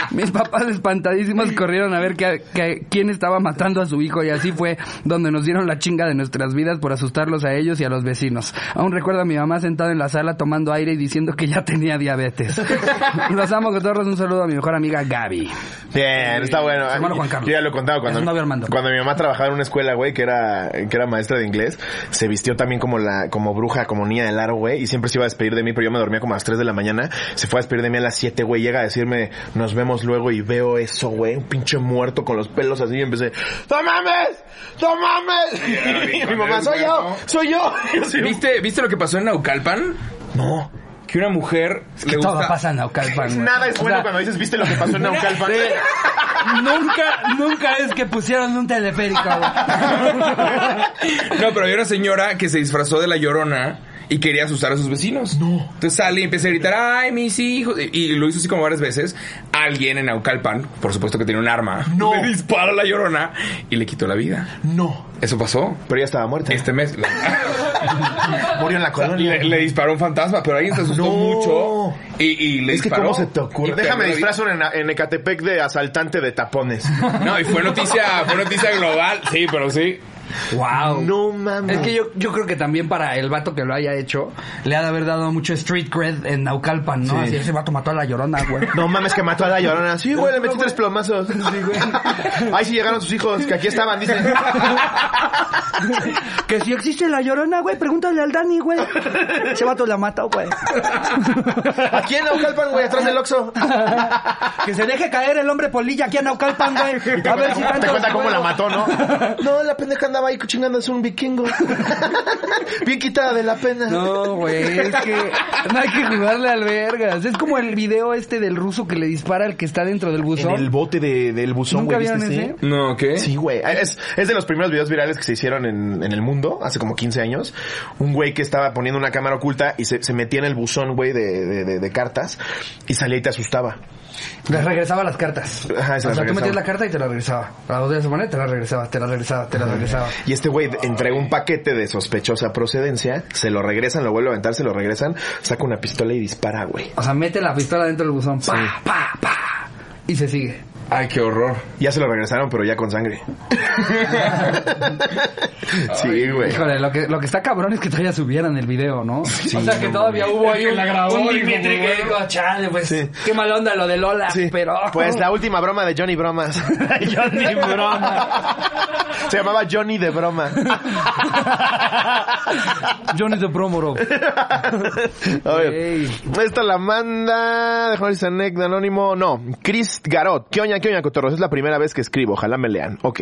S1: mis papás espantadísimos corrieron a ver que- que- quién estaba matando a su hijo y así fue donde nos dieron la chinga de nuestras vidas por asustarlos a ellos y a los vecinos. Aún recuerdo a mi mamá sentada en la sala tomando aire y diciendo que ya tenía diabetes. los amo, cotorros. Un saludo a mi mejor amiga Gaby.
S2: Bien, está bueno.
S1: Su hermano Juan Carlos.
S2: Yo ya lo he contado
S1: Es
S2: cuando,
S1: un novio Armando.
S2: cuando mi mamá trabajaba en una escuela, güey, que era, que era maestra de inglés, se vistió también como la, como bruja, como niña del aro, güey, y siempre se iba a despedir de mí, pero yo me dormía como a las 3 de la mañana, se fue a despedir de mí a las 7, güey, llega a decirme, nos vemos luego y veo eso, güey, un pinche muerto con los pelos así y empecé, ¡No mames! ¡No mames!
S3: bien,
S2: Y mi mamá,
S3: con
S2: soy
S3: el
S2: yo,
S3: güey,
S2: soy yo. Y yo así,
S3: ¿Viste, ¿Viste lo que pasó en Naucalpan?
S2: No.
S3: Que una mujer
S1: Que
S3: le
S1: todo
S3: gusta-
S1: pasa en Naucalpan. güey.
S2: Nada es
S1: O
S2: bueno
S1: sea,
S2: cuando dices, ¿viste lo que pasó en Naucalpan?
S4: Nunca, nunca es que pusieron un teleférico, güey.
S3: No, pero había una señora que se disfrazó de la llorona y quería asustar a sus vecinos. No. Entonces sale y empieza a gritar, ¡ay, mis hijos! Y lo hizo así como varias veces. Alguien en Naucalpan, por supuesto que tenía un arma,
S2: No.
S3: le dispara a la llorona y le quitó la vida.
S2: No.
S3: Eso pasó.
S2: Pero ya estaba muerta.
S3: Este mes
S2: Murió en la colonia.
S3: Ah, le, le disparó un fantasma, pero alguien se asustó
S2: No.
S3: mucho y, y le
S2: Es que
S3: disparó.
S2: cómo se te
S3: Y
S2: ocurre.
S3: perdió
S2: Déjame
S3: la vida.
S2: disfrazo en, en Ecatepec de asaltante de tapones.
S3: No, y fue noticia, fue noticia global. Sí, pero sí.
S1: Wow.
S2: No mames.
S1: Es que yo, yo creo que también para el vato que lo haya hecho, le ha de haber dado mucho street cred en Naucalpan, ¿no?
S2: Sí.
S1: Así ese vato mató a la llorona, güey.
S2: No mames que mató a la llorona. Sí, güey, le metí tres plomazos. Sí, güey. Ay, sí llegaron sus hijos, que aquí estaban, dicen.
S1: Que si existe la llorona, güey, pregúntale al Dani, güey. Ese vato la mata, güey.
S2: Aquí en Naucalpan, güey, atrás del Oxxo.
S1: Que se deje caer el hombre polilla aquí en Naucalpan, güey. A ver si tanto.
S2: Te cuenta cómo la mató, ¿no?
S5: No, la pendeja andaba ahí chingándose un vikingo. Bien quitada de la pena.
S1: No, güey, es que no hay que jugarle al vergas. Es como el video este del ruso que le dispara al que está dentro del
S2: En
S1: buzón.
S2: el bote de- del buzón,
S1: ¿Nunca
S2: güey.
S1: vieron
S2: ¿viste
S1: ese?
S3: No, ¿qué?
S2: Sí, güey. Eh, Es, es de los primeros videos virales que se hicieron en, en el mundo, hace como 15 años. Un güey que estaba poniendo una cámara oculta y se, se metía en el buzón, güey, de, de- de- de cartas y salía y te asustaba.
S1: Les regresaba las cartas.
S2: Ajá,
S1: o
S2: se
S1: sea, tú
S2: las
S1: metías
S2: regresaba.
S1: la carta y te la regresaba. La dos de la semana y te la regresaba, te la regresaba, te la regresaba.
S2: Y este güey entregó un paquete de sospechosa procedencia, se lo regresan, lo vuelve a aventar, se lo regresan, saca una pistola y dispara, güey.
S1: O sea, mete la pistola dentro del buzón. Pa, pa, pa. Y se sigue.
S3: Ay, qué horror.
S2: Ya se lo regresaron, pero ya con sangre. sí, güey.
S1: Híjole, lo que, lo que está cabrón es que todavía subieran el video, ¿no? o sea, que todavía hubo ahí
S4: Que
S1: un,
S4: la grabó,
S1: un
S4: dijo,
S1: Dimitri que
S4: bueno.
S1: dijo, chale, pues,
S2: Sí.
S1: qué mala onda lo de Lola,
S2: Sí.
S1: pero...
S2: Pues la última broma de Johnny Bromas.
S4: Johnny Broma.
S2: se llamaba Johnny de Broma.
S1: Johnny de Promoro.
S2: A ver.
S1: Ey.
S2: Esta la manda. Déjame ver si es anécdota anónimo. No. Chris Garot. ¿Qué oña, qué oña, cotorros? Es la primera vez que escribo. Ojalá me lean. Ok.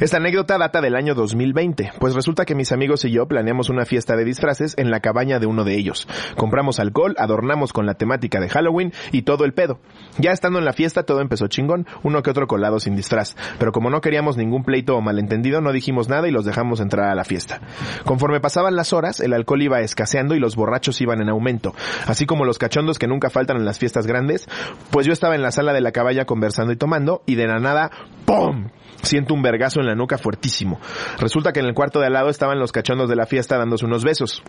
S2: Esta anécdota data del año 2020. Pues resulta que mis amigos y yo planeamos una fiesta de disfraces en la cabaña de uno de ellos. Compramos alcohol, adornamos con la temática de Halloween y todo el pedo. Ya estando en la fiesta todo empezó chingón, uno que otro colado sin disfraz. Pero como no queríamos ningún pleito o malentendido, no dijimos nada y los dejamos entrar a la fiesta. Conforme pasaban las horas, el alcohol iba escaseando y los borrachos iban en aumento, así como los cachondos que nunca faltan en las fiestas grandes, pues yo estaba en la sala de la caballa conversando y tomando y de la nada, ¡pum! Siento un vergazo en la nuca fuertísimo. Resulta que en el cuarto de al lado estaban los cachondos de la fiesta dándose unos besos.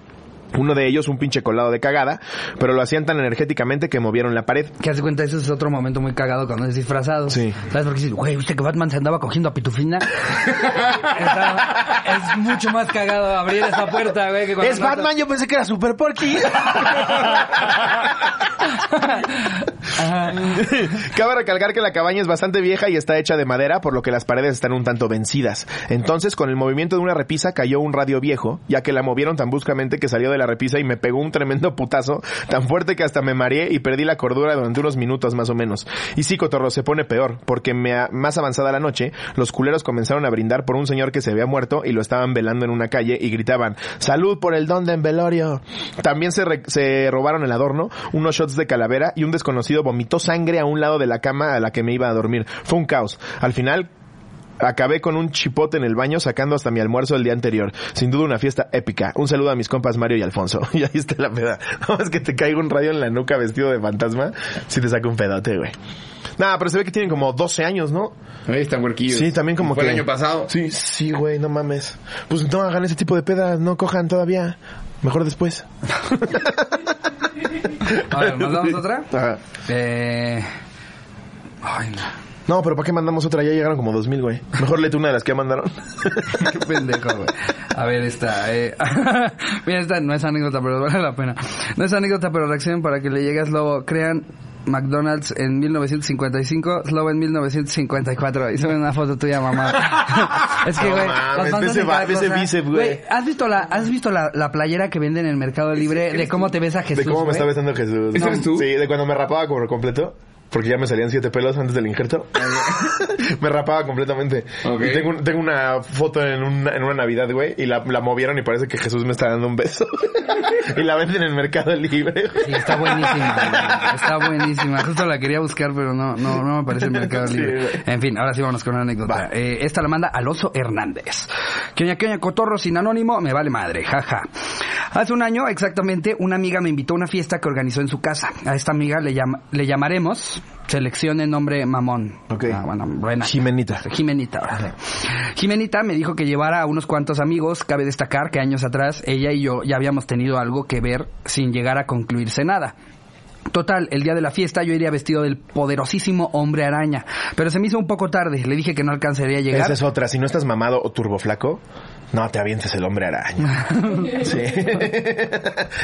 S2: Uno de ellos un pinche colado de cagada, pero lo hacían tan energéticamente que movieron la pared.
S1: Que hace cuenta, eso es otro momento muy cagado cuando es disfrazado.
S2: Sí.
S1: ¿Sabes por qué dices, güey, usted que Batman se andaba cogiendo a Pitufina? Está- es mucho más cagado abrir esa puerta, güey, que cuando...
S5: Es
S1: no-
S5: Batman, yo pensé que era Super Porky.
S2: Cabe recalcar que la cabaña es bastante vieja y está hecha de madera, por lo que las paredes están un tanto vencidas. Entonces, con el movimiento de una repisa cayó un radio viejo, ya que la movieron tan bruscamente que salió de la repisa y me pegó un tremendo putazo, tan fuerte que hasta me mareé y perdí la cordura durante unos minutos más o menos. Y sí, Cotorro, se pone peor, porque me a- más avanzada la noche, los culeros comenzaron a brindar por un señor que se había muerto y lo estaban velando en una calle y gritaban, ¡Salud por el don de Envelorio! También se, re- se robaron el adorno, unos shots de calavera y un desconocido vomitó sangre a un lado de la cama a la que me iba a dormir. Fue un caos. Al final, Acabé con un chipote en el baño sacando hasta mi almuerzo el día anterior. Sin duda una fiesta épica. Un saludo a mis compas Mario y Alfonso. Y ahí está la peda. Nada más que te caiga un rayo en la nuca vestido de fantasma, si te saca un pedote, güey. Nah, pero se ve que tienen como 12 años, ¿no?
S3: Ahí están huerquillos.
S2: Sí, también como
S3: Fue
S2: que-
S3: el año pasado.
S2: Sí, sí, güey, no mames. Pues no hagan ese tipo de pedas, no cojan todavía. Mejor después.
S1: A ver, ¿mandamos otra?
S2: Ajá.
S1: Eh... Ay, no.
S2: No, pero ¿para qué mandamos otra? Ya llegaron como 2000, güey. Mejor lete una de las que ya mandaron.
S1: Qué pendejo, güey. A ver, esta. Eh. Mira, esta no es anécdota, pero vale la pena. No es anécdota, pero reaccionen para que le llegas luego. Crean McDonald's en 1955, Slow en 1954. Y suben una foto tuya, mamá. es que,
S2: No
S1: güey.
S2: mames,
S1: los fans
S2: ve ese
S1: hacen cada
S2: ba- ve ese
S1: cosa.
S2: bíceps, güey.
S1: ¿Has visto, la, has visto la, la playera que venden en el Mercado Libre de cómo te ves a Jesús?
S2: de cómo me
S1: güey?
S2: está besando Jesús.
S3: ¿Ese eres tú?
S2: Sí, de cuando me rapaba por completo. Porque ya me salían siete pelos antes del injerto. me rapaba completamente.
S3: Ah, Ok.
S2: Y tengo, un- tengo una foto en una, en una Navidad, güey. Y la, la movieron y parece que Jesús me está dando un beso. y la venden en el Mercado Libre.
S1: Sí, está buenísima, güey. está buenísima. Justo la quería buscar, pero no, no, no me parece el mercado
S2: Sí,
S1: libre.
S2: güey.
S1: En fin, ahora sí vamos con una anécdota. Eh, esta la manda Alonso Hernández. Que oña, que oña, cotorro sin anónimo, me vale madre, jaja. Hace un año exactamente, una amiga me invitó a una fiesta que organizó en su casa. A esta amiga le, llama- le llamaremos, seleccione nombre mamón.
S2: Ok.
S1: Ah, bueno, buena.
S2: Jimenita.
S1: Jimenita, órale. Jimenita me dijo que llevara a unos cuantos amigos. Cabe destacar que años atrás ella y yo ya habíamos tenido algo que ver sin llegar a concluirse nada. Total, el día de la fiesta yo iría vestido del poderosísimo hombre araña, pero se me hizo un poco tarde, le dije que no alcanzaría a llegar.
S2: Esa es otra. Si no estás mamado o turboflaco, no te avientes el hombre araña. sí.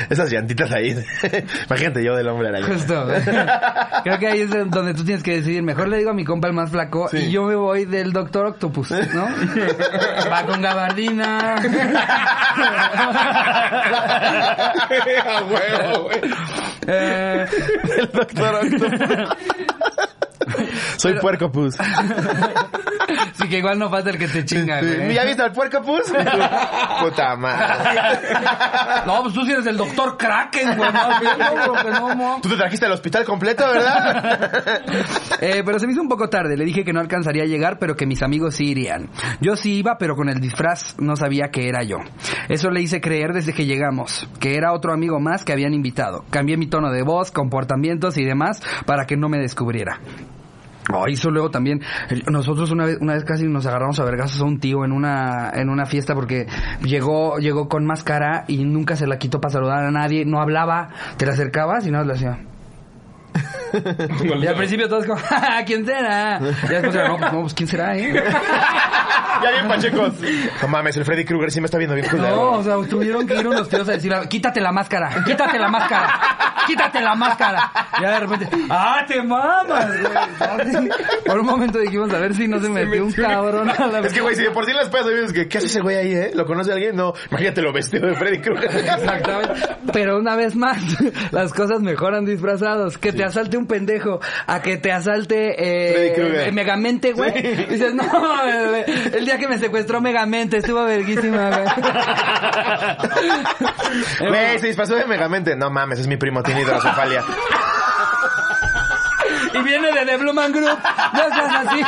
S2: Esas llantitas ahí. Imagínate yo del hombre araña.
S1: Justo. Creo que ahí es donde tú tienes que decidir. Mejor le digo a mi compa el más flaco
S2: Sí.
S1: y yo me voy del Doctor Octopus, ¿no? Va con gabardina.
S3: A huevo, güey.
S1: Eh,
S2: El doctor Octopus. Soy puerco pus.
S1: sí que igual no falta el que te chinga, güey.
S2: ¿Ya viste al puerco pus? Puta madre.
S1: No, pues tú sí eres el Doctor Kraken, güey. más bien, No, bro, que no, mo.
S2: Tú te trajiste al hospital completo, ¿verdad?
S1: Eh, pero se me hizo un poco tarde. Le dije que no alcanzaría a llegar, pero que mis amigos sí irían. Yo sí iba, pero con el disfraz no sabía que era yo. Eso le hice creer desde que llegamos, que era otro amigo más que habían invitado. Cambié mi tono de voz, comportamientos y demás para que no me descubriera. Oh, hizo luego también el- nosotros una vez una vez casi nos agarramos a vergazos a un tío en una en una fiesta porque llegó llegó con máscara y nunca se la quitó para saludar a nadie no hablaba te la acercabas y no la hacía y al principio todos como, "Ja, ¿quién será? Y después era, no, pues, no, pues, ¿quién será, eh?
S2: ya bien, pachecos. No mames, el Freddy Krueger sí me está viendo bien
S1: No, o
S2: culero.
S1: sea, tuvieron que ir unos tíos a decir, quítate la máscara, quítate la máscara, quítate la máscara. Ya de repente, ¡ah, te mamas! güey! Por un momento dijimos, a ver si no se metió un cabrón a la
S2: Es que, güey, si de por sí en las pedas dices que, ¿qué hace ese güey ahí, eh? ¿Lo conoce alguien? No, imagínate lo vestido de Freddy Krueger.
S1: Exactamente. Pero una vez más, las cosas mejoran disfrazados. Que te asalte un pendejo, a que te asalte eh,
S2: Freddy Krueger.
S1: eh, Megamente, güey. Dices, no, güey, el día que me secuestró Megamente, estuvo verguísima, güey.
S2: Güey, se disfrazó de Megamente. No mames, es mi primo, tiene hidrocefalia.
S1: y viene de The Blue Man Group. No seas así.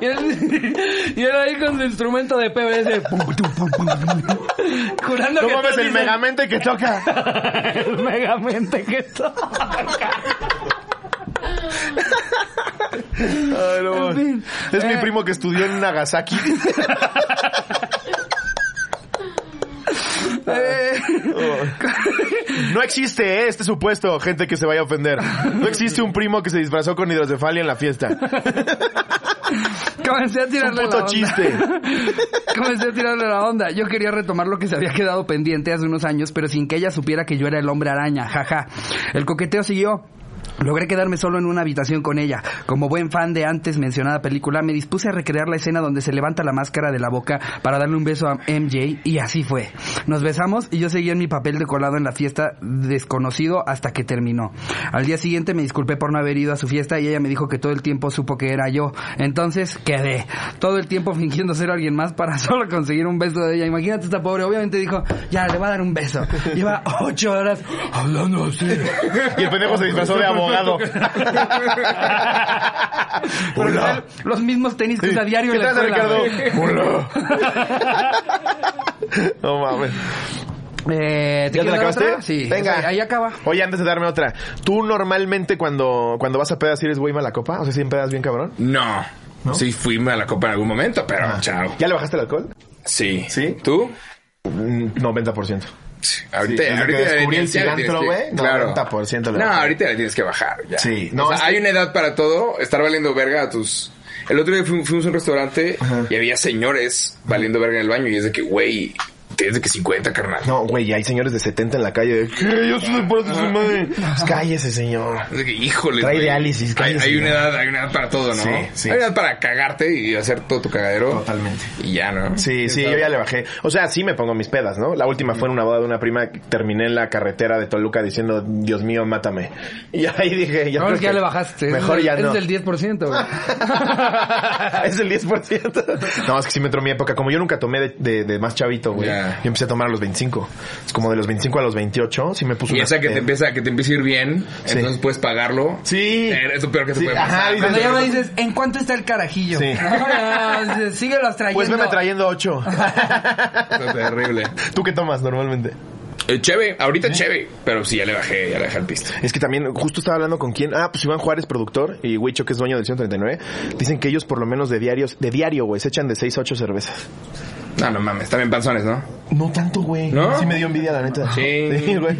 S1: Y él, y él ahí con su instrumento de PBS. pum, tum, pum, pum, pum, Jurando
S2: No
S1: que
S2: mames,
S1: Tony
S2: el
S1: se-
S2: Megamente que toca.
S1: el megamente que está.
S2: Ay, no mames.
S1: fin.
S2: Es mi
S1: Eh.
S2: primo que estudió en Nagasaki.
S1: "Eh,
S2: No existe eh, este supuesto, gente que se vaya a ofender. No existe un primo que se disfrazó con hidrocefalia en la fiesta.
S1: Comencé a tirarle
S2: puto
S1: la onda.
S2: chiste.
S1: Comencé a tirarle la onda. Yo quería retomar lo que se había quedado pendiente hace unos años, pero sin que ella supiera que yo era el hombre araña, jaja. El coqueteo siguió. Logré quedarme solo en una habitación con ella. Como buen fan de antes mencionada película, me dispuse a recrear la escena donde se levanta la máscara de la boca para darle un beso a MJ y así fue. Nos besamos y yo seguí en mi papel de colado en la fiesta desconocido hasta que terminó. Al día siguiente me disculpé por no haber ido a su fiesta y ella me dijo que todo el tiempo supo que era yo. Entonces quedé. Todo el tiempo fingiendo ser alguien más para solo conseguir un beso de ella. Imagínate esta pobre. Obviamente dijo, ya, le voy a dar un beso. Lleva ocho horas hablando así.
S2: Y el pendejo se disfrazó de abogado.
S1: Pero trae Los mismos tenis que usa diario
S2: ¿Qué
S1: en la
S2: tal,
S1: escuela, Eh,
S2: Ricardo?
S1: güey.
S2: Hola. No mames.
S1: Eh,
S2: ¿Ya te
S1: quieres
S2: la
S1: dar
S2: acabaste?
S1: otra? Sí.
S2: Venga.
S1: Ahí acaba.
S2: Oye, antes de darme otra. ¿Tú normalmente cuando, cuando vas a pedas si eres güey mala copa? O sea, siempre das bien cabrón.
S3: No. Sí, fui a la copa en algún momento, pero chao.
S2: Ah. ¿Ya le bajaste el alcohol?
S3: Sí.
S2: ¿Sí?
S3: ¿Tú?
S2: Mm, 90%.
S3: Sí.
S2: desde que
S3: Ahorita,
S2: descubrí
S3: ahorita
S2: el
S3: ya le tienes
S2: cilantro,
S3: que-
S2: güey,
S3: claro.
S2: 90% le
S3: No,
S2: bajé.
S3: ahorita le tienes que bajar. ya.
S2: Sí.
S3: O
S2: No,
S3: sea,
S2: es que-
S3: hay una edad para todo. Estar valiendo verga a tus. El otro día fuimos, fuimos a un restaurante y había señores valiendo verga en el baño y es de que, güey, tienes de que 50, carnal.
S2: No, güey, hay señores de 70 en la calle. De, "¿Qué? yo soy por su madre. Pues cállese, señor.
S3: Es de que, híjole.
S2: Trae
S3: güey.
S2: diálisis,
S3: Hay,
S2: cállese,
S3: hay una
S2: ya.
S3: edad, hay una edad para todo, ¿no?
S2: Sí, sí.
S3: Hay una edad para cagarte y hacer todo tu cagadero.
S2: Totalmente.
S3: Y ya, ¿no?
S2: Sí, sí, yo ya le bajé. O sea, sí me pongo mis pedas, ¿no? La última fue en una boda de una prima que terminé en la carretera de Toluca diciendo, Dios mío, mátame. Y ahí dije, ya.
S1: Ahora
S2: creo
S1: es que ya
S2: que
S1: le bajaste.
S2: Mejor
S1: es,
S2: ya
S1: del-
S2: no.
S1: Es del 10%, güey.
S2: es el 10%. No, es que sí me entró mi época. Como yo nunca tomé de, de- de más chavito, güey.
S3: Ya.
S2: Yo empecé a tomar a los 25. Es como de los 25 a los 28, sí me puso
S3: Y
S2: una- eh,
S3: esa que te empieza, que te empieza a ir bien,
S2: Sí.
S3: entonces puedes pagarlo.
S2: Sí.
S3: Eh, Es lo peor que te
S2: Sí,
S3: puede
S2: ajá,
S3: pasar.
S2: dices,
S1: Cuando ya me dices, ¿en cuánto está el carajillo? Ah,
S2: Sí.
S1: No, no, Síguelos trayendo.
S2: Pues me trayendo 8.
S3: Está terrible.
S2: ¿Tú qué tomas normalmente?
S3: Eh, cheve, ahorita cheve, pero sí, ya le bajé, ya le bajé al pisto.
S2: Es que también, justo estaba hablando con quién. Ah, pues Iván Juárez, productor, y Huicho, que es dueño del 139. Dicen que ellos, por lo menos de diarios, de diario, güey, se echan de 6 a 8 cervezas.
S3: No, no mames, también panzones, ¿no?
S2: No tanto, güey.
S3: ¿No?
S2: Sí me dio envidia, la neta.
S3: Sí.
S2: Sí, güey.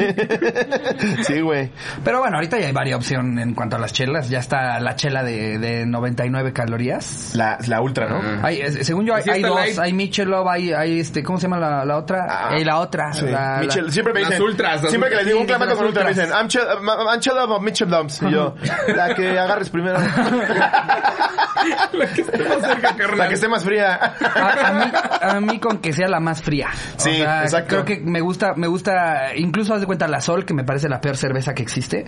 S2: Sí, güey.
S1: Pero bueno, ahorita ya hay varias opciones en cuanto a las chelas. Ya está la chela de, de 99 calorías.
S2: La, la ultra, ¿no?
S3: Ajá.
S1: Hay, es- según yo, hay,
S3: Sí,
S1: hay
S3: está
S1: dos.
S3: light.
S1: Hay Michelob, hay, hay este, ¿cómo se llama la, la otra?
S2: Ah.
S1: Eh, la otra.
S2: Sí.
S1: la- la-
S2: Michel- siempre me
S3: las
S2: dicen.
S3: ultras, las
S2: siempre que les digo un
S1: ultras.
S2: clamato con
S1: Sí,
S2: ultra, me
S1: las
S2: dicen, I'm Chel- ma- ma- I'm Chel- ma- Mitchell Dumps. Y yo, la que agarres primero.
S3: La que esté más cerca, carnal.
S2: la que esté más fría.
S1: A, a mí, a mí con que sea la más fría.
S2: Sí,
S1: Creo
S2: exacto.
S1: que me gusta, me gusta, incluso haz de cuenta la Sol, que me parece la peor cerveza que existe.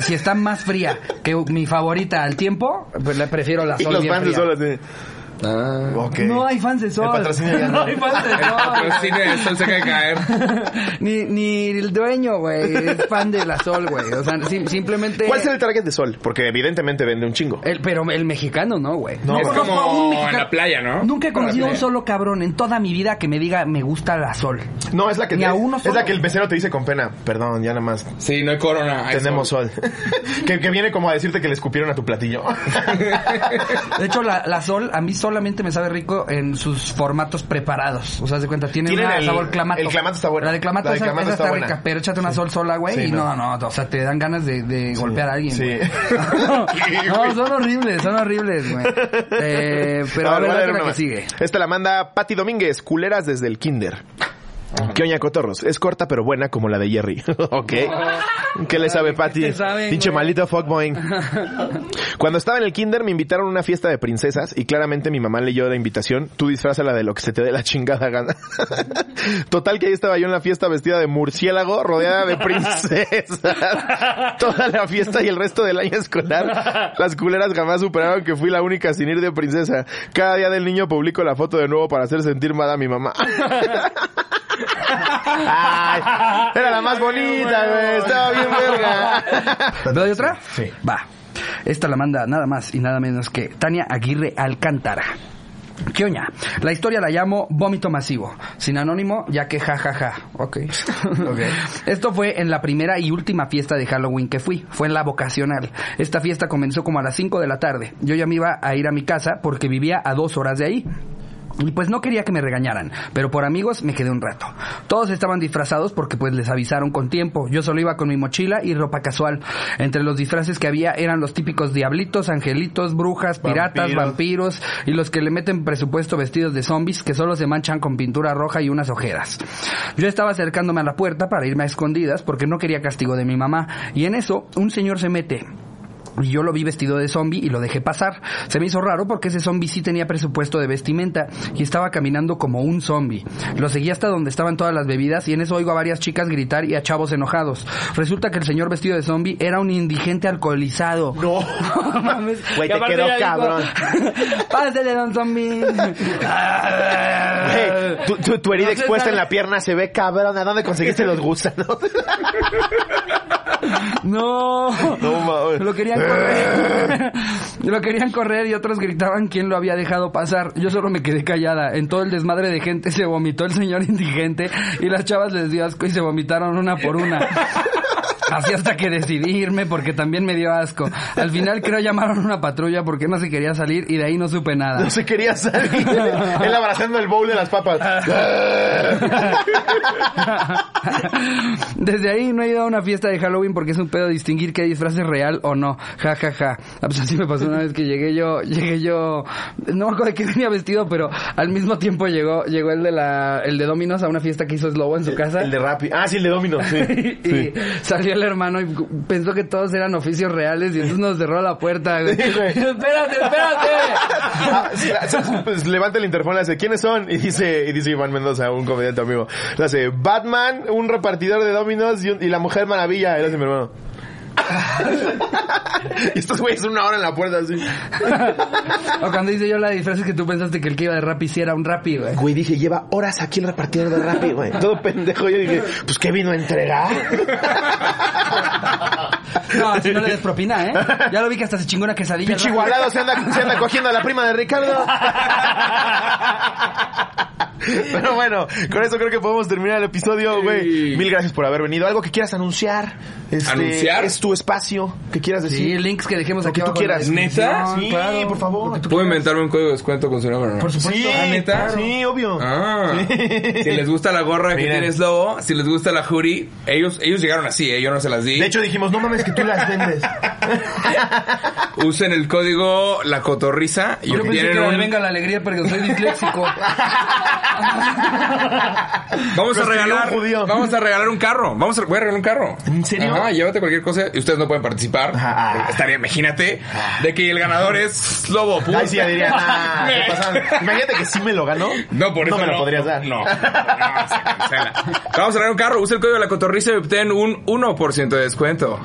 S1: Si está más fría que mi favorita al tiempo, pues la prefiero la
S2: y
S1: Sol.
S2: los
S1: bien
S2: fans de
S1: fría.
S2: solas.
S3: Ah.
S2: Ok.
S1: No hay fans de Sol.
S2: El patrocinio ya no.
S1: hay fans de
S3: El patrocinio
S1: Sol.
S3: de sol se acaba de caer.
S1: ni, ni el dueño, güey, es fan de la Sol, güey. O sea, sim- simplemente...
S2: ¿Cuál será el target de Sol? Porque evidentemente vende un chingo.
S1: El- pero el mexicano no, güey.
S2: No,
S3: es
S2: güey.
S1: conozco a un
S3: como en
S1: mexicano-
S3: la playa, ¿no?
S1: Nunca he
S3: Para
S1: conocido a un
S3: playa.
S1: solo cabrón en toda mi vida que me diga me gusta la sol.
S2: No, es la que
S1: Ni
S2: te-
S1: a uno
S2: es
S1: solo.
S2: la que el vecino te dice con pena, perdón, ya nada más
S3: Sí, no hay corona. hay
S2: tenemos sol. que, que viene como a decirte que le escupieron a tu platillo.
S1: De hecho, la, la sol a mí solamente me sabe rico en sus formatos preparados. O sea, haz de cuenta, tiene
S2: Tienen
S1: una
S2: el-
S1: sabor clamato.
S2: el clamato está bueno.
S1: La de clamato,
S2: La de
S1: esa-
S2: clamato
S1: esa
S2: está
S1: está,
S2: buena.
S1: rica, pero échate una sol sola, güey.
S2: Sí,
S1: y no. no, o sea, te dan ganas de, de golpear a alguien.
S2: Sí.
S1: güey. no, son horribles, son horribles, güey. Eh, pero
S2: No,
S1: a ver,
S2: le voy
S1: la
S2: a leer una
S1: otra que
S2: más.
S1: sigue.
S2: Esta la manda Patti Domínguez, culeras desde el kinder. ¿Qué oña cotorros? Es corta pero buena como la de Jerry. ok. ¿Qué le sabe Patty?
S1: te saben,
S2: Pinche
S1: güey.
S2: malito fuckboy. Cuando estaba en el kinder me invitaron a una fiesta de princesas y claramente mi mamá leyó la invitación, tú disfrázala de lo que se te dé la chingada gana. Total que ahí estaba yo en la fiesta vestida de murciélago rodeada de princesas. Toda la fiesta y el resto del año escolar, las culeras jamás superaron que fui la única sin ir de princesa. Cada día del niño publico la foto de nuevo para hacer sentir mal a mi mamá. Ay, era la más bonita, güey. Estaba bien verga.
S1: ¿Me doy otra?
S2: Sí.
S1: Va. Esta la manda nada más y nada menos que Tania Aguirre Alcántara. ¿Qué oña? La historia la llamo vómito masivo, sin anónimo, ya que jajaja. Ja, ja. Ok. Esto fue en la primera y última fiesta de Halloween que fui. Fue en la vocacional. Esta fiesta comenzó como a las 5 de la tarde. Yo ya me iba a ir a mi casa porque vivía a dos horas de ahí. Y pues no quería que me regañaran, pero por amigos me quedé un rato. Todos estaban disfrazados porque pues les avisaron con tiempo. Yo solo iba con mi mochila y ropa casual. Entre los disfraces que había eran los típicos diablitos, angelitos, brujas, piratas, vampiros, y los que le meten presupuesto vestidos de zombies que solo se manchan con pintura roja y unas ojeras. Yo estaba acercándome a la puerta para irme a escondidas porque no quería castigo de mi mamá. Y en eso un señor se mete. Y yo lo vi vestido de zombie y lo dejé pasar. Se me hizo raro porque ese zombie sí tenía presupuesto de vestimenta y estaba caminando como un zombie. Lo seguí hasta donde estaban todas las bebidas y en eso oigo a varias chicas gritar y a chavos enojados. Resulta que el señor vestido de zombie era un indigente alcoholizado.
S2: No.
S1: No mames.
S2: Güey,
S1: Y
S2: te
S1: aparte
S2: quedó
S1: ya dijo,
S2: cabrón.
S1: Pásale, don zombie.
S2: Hey, tu, tu- tu herida
S1: No sé,
S2: expuesta en
S1: ¿sabes?
S2: la pierna se ve cabrón. ¿A dónde conseguiste los gusanos?
S1: No.
S2: No mames.
S1: Lo querían correr. lo querían correr y otros gritaban quién lo había dejado pasar. Yo solo me quedé callada. En todo el desmadre de gente se vomitó el señor indigente y las chavas les dio asco y se vomitaron una por una. Así hasta que decidí irme porque también me dio asco. Al final creo llamaron a una patrulla porque no se quería salir y de ahí no supe nada.
S2: No se quería salir. Él abrazando el bowl de las papas.
S1: Desde ahí no he ido a una fiesta de Halloween porque es un pedo distinguir qué disfraz es real o no. Ja, ja, ja. Ah, Pues así me pasó una vez que llegué yo, llegué yo, no me acuerdo de qué tenía vestido, pero al mismo tiempo llegó, llegó el de la, el de Dominos a una fiesta que hizo Slobo en su casa.
S2: El de Rappi. Ah, sí, el de Domino. Sí.
S1: Y salió el hermano y pensó que todos eran oficios reales y entonces nos cerró la puerta. güey. espérate, espérate.
S2: Ah, sí, la- sí, pues, levanta el interfón, le hace, ¿quiénes son? Y dice, y dice Iván Mendoza, un comediante amigo. Le hace, Batman, un repartidor de dominos y, un- y la Mujer Maravilla. Y le hace, mi hermano. y estos güeyes una hora en la puerta así.
S1: o cuando hice yo la disfraz es que tú pensaste que el que iba de rap hiciera un rap, güey.
S5: Güey, dije, lleva horas aquí el repartidor de Rappi, güey.
S2: Todo pendejo. Yo dije, pues, ¿qué vino a entregar?
S1: No, así no le des propina, ¿eh? Ya lo vi que hasta se chingó una quesadilla.
S2: Pinche igualado se anda, se anda cogiendo a la prima de Ricardo. Pero bueno, con eso creo que podemos terminar el episodio, güey.
S3: Sí.
S2: Mil gracias por haber venido. Algo que quieras anunciar. Este,
S3: ¿Anunciar?
S2: Es tu espacio. Que quieras decir.
S1: Sí, links que dejemos
S2: Lo
S1: aquí
S2: que tú
S1: abajo en la
S2: quieras.
S1: descripción,
S3: ¿Neta?
S2: Sí, por favor.
S1: Lo que tú
S3: ¿Puedo
S1: quieras.
S3: inventarme un código de descuento con su nombre?
S1: Por supuesto.
S2: Sí,
S3: Ah, ¿neta?
S2: sí, obvio.
S3: Ah,
S2: Sí.
S3: si les gusta la gorra que
S2: Miren.
S3: tienes lobo, si les gusta la jury, ellos, ellos llegaron así, ¿eh? yo no se las di.
S2: De hecho dijimos, no mames que tú las vendes.
S3: Usen el código La Cotorriza y
S1: Yo pensé que
S3: obtienen
S1: era de
S3: un-
S1: venga la alegría porque soy disléxico.
S3: Vamos
S2: Los
S3: a
S2: quería
S3: regalar
S2: un judío.
S3: Vamos a regalar un carro. Vamos a, voy a regalar un carro.
S2: ¿En serio?
S3: Ajá, llévate cualquier cosa y ustedes no pueden participar.
S2: Ah.
S3: Estaría, imagínate, de que el ganador es Lobo. puta.
S2: Ay, sí, Adrián. ah, te pasaron. Imagínate que sí me lo ganó.
S3: No, por eso
S2: me lo
S3: no,
S2: podrías dar.
S3: No, no, se cancela. Vamos a regalar un carro. Usa el código de la cotorriza y obtén un 1% de descuento.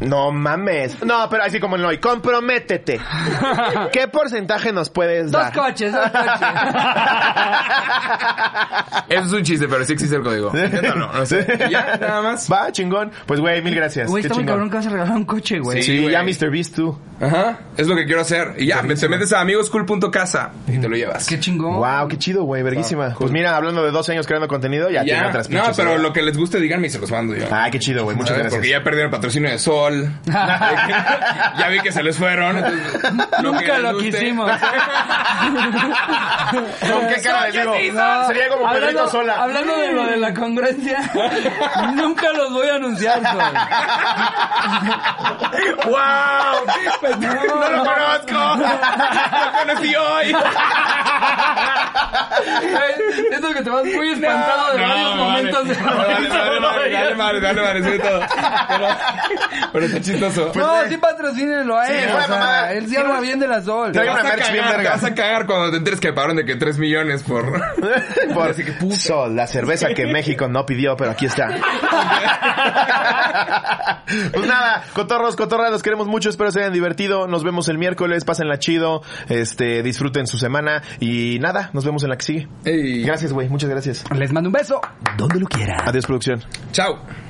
S2: No mames. No, pero así como no. Y comprométete. ¿Qué porcentaje nos puedes
S1: dos
S2: dar?
S1: coches, dos coches.
S3: Eso es un chiste, pero sí existe el código. Inténtalo, no sé. Y ya, nada más.
S2: Va, chingón. Pues, güey, mil gracias.
S1: Güey,
S2: Qué
S1: está muy
S2: chingón.
S1: cabrón que vas a regalar un coche, güey.
S3: Sí.
S2: Sí, ya
S3: güey.
S2: Mr. Beast tú.
S3: Ajá, es lo que quiero hacer. Y ya, te metes a amigoscool.casa y te lo llevas.
S1: Qué chingón.
S2: Wow, qué chido, güey, verguísima. Pues mira, hablando de 12 años creando contenido, ya, tiene
S3: Ya,
S2: otras
S3: no,
S2: pinches
S3: pero
S2: ideas.
S3: lo que les guste, díganme y se los mando yo.
S2: Ah, qué chido, güey. Muchas
S3: ¿Saben?
S2: gracias.
S3: Porque ya perdieron patrocinio de Sol. ya vi que se les fueron. entonces, lo que
S1: Nunca
S3: les
S1: lo
S3: guste.
S1: quisimos.
S2: ¿Con qué cara les digo?
S1: No,
S2: Sería como Pedrito
S1: hablando,
S2: Sola.
S1: Hablando de lo de la congruencia, nunca los voy a anunciar, güey.
S3: ¡Wow! Pues, no, lo conozco. lo conocí hoy.
S1: Siento que te vas muy espantado de varios momentos de
S3: Dale, dale, dale, dale, madre, dale, madre, sobre todo. Pero, pero está chistoso.
S1: no, sí patrocínenlo a él.
S2: Sí,
S1: o
S2: buena
S1: sea,
S2: mamada.
S1: él sí habla bien de la sol.
S2: Trae
S3: Te vas
S2: una
S3: a
S2: merch bien
S3: cagar,
S2: verga.
S3: te vas a cagar cuando te enteres que pagaron de que 3 millones por...
S2: Por
S3: Así que, puta.
S2: Sol, la cerveza que México no pidió, pero aquí está. pues nada, cotorros, cotorras, los queremos mucho, espero se hayan divertido. Nos vemos el miércoles, pásenla chido, este, disfruten su semana y nada, nos vemos en la que sigue.
S3: Ey.
S2: Gracias, güey, muchas gracias.
S1: Les mando un beso. Donde lo quiera.
S2: Adiós, producción.
S3: Chao.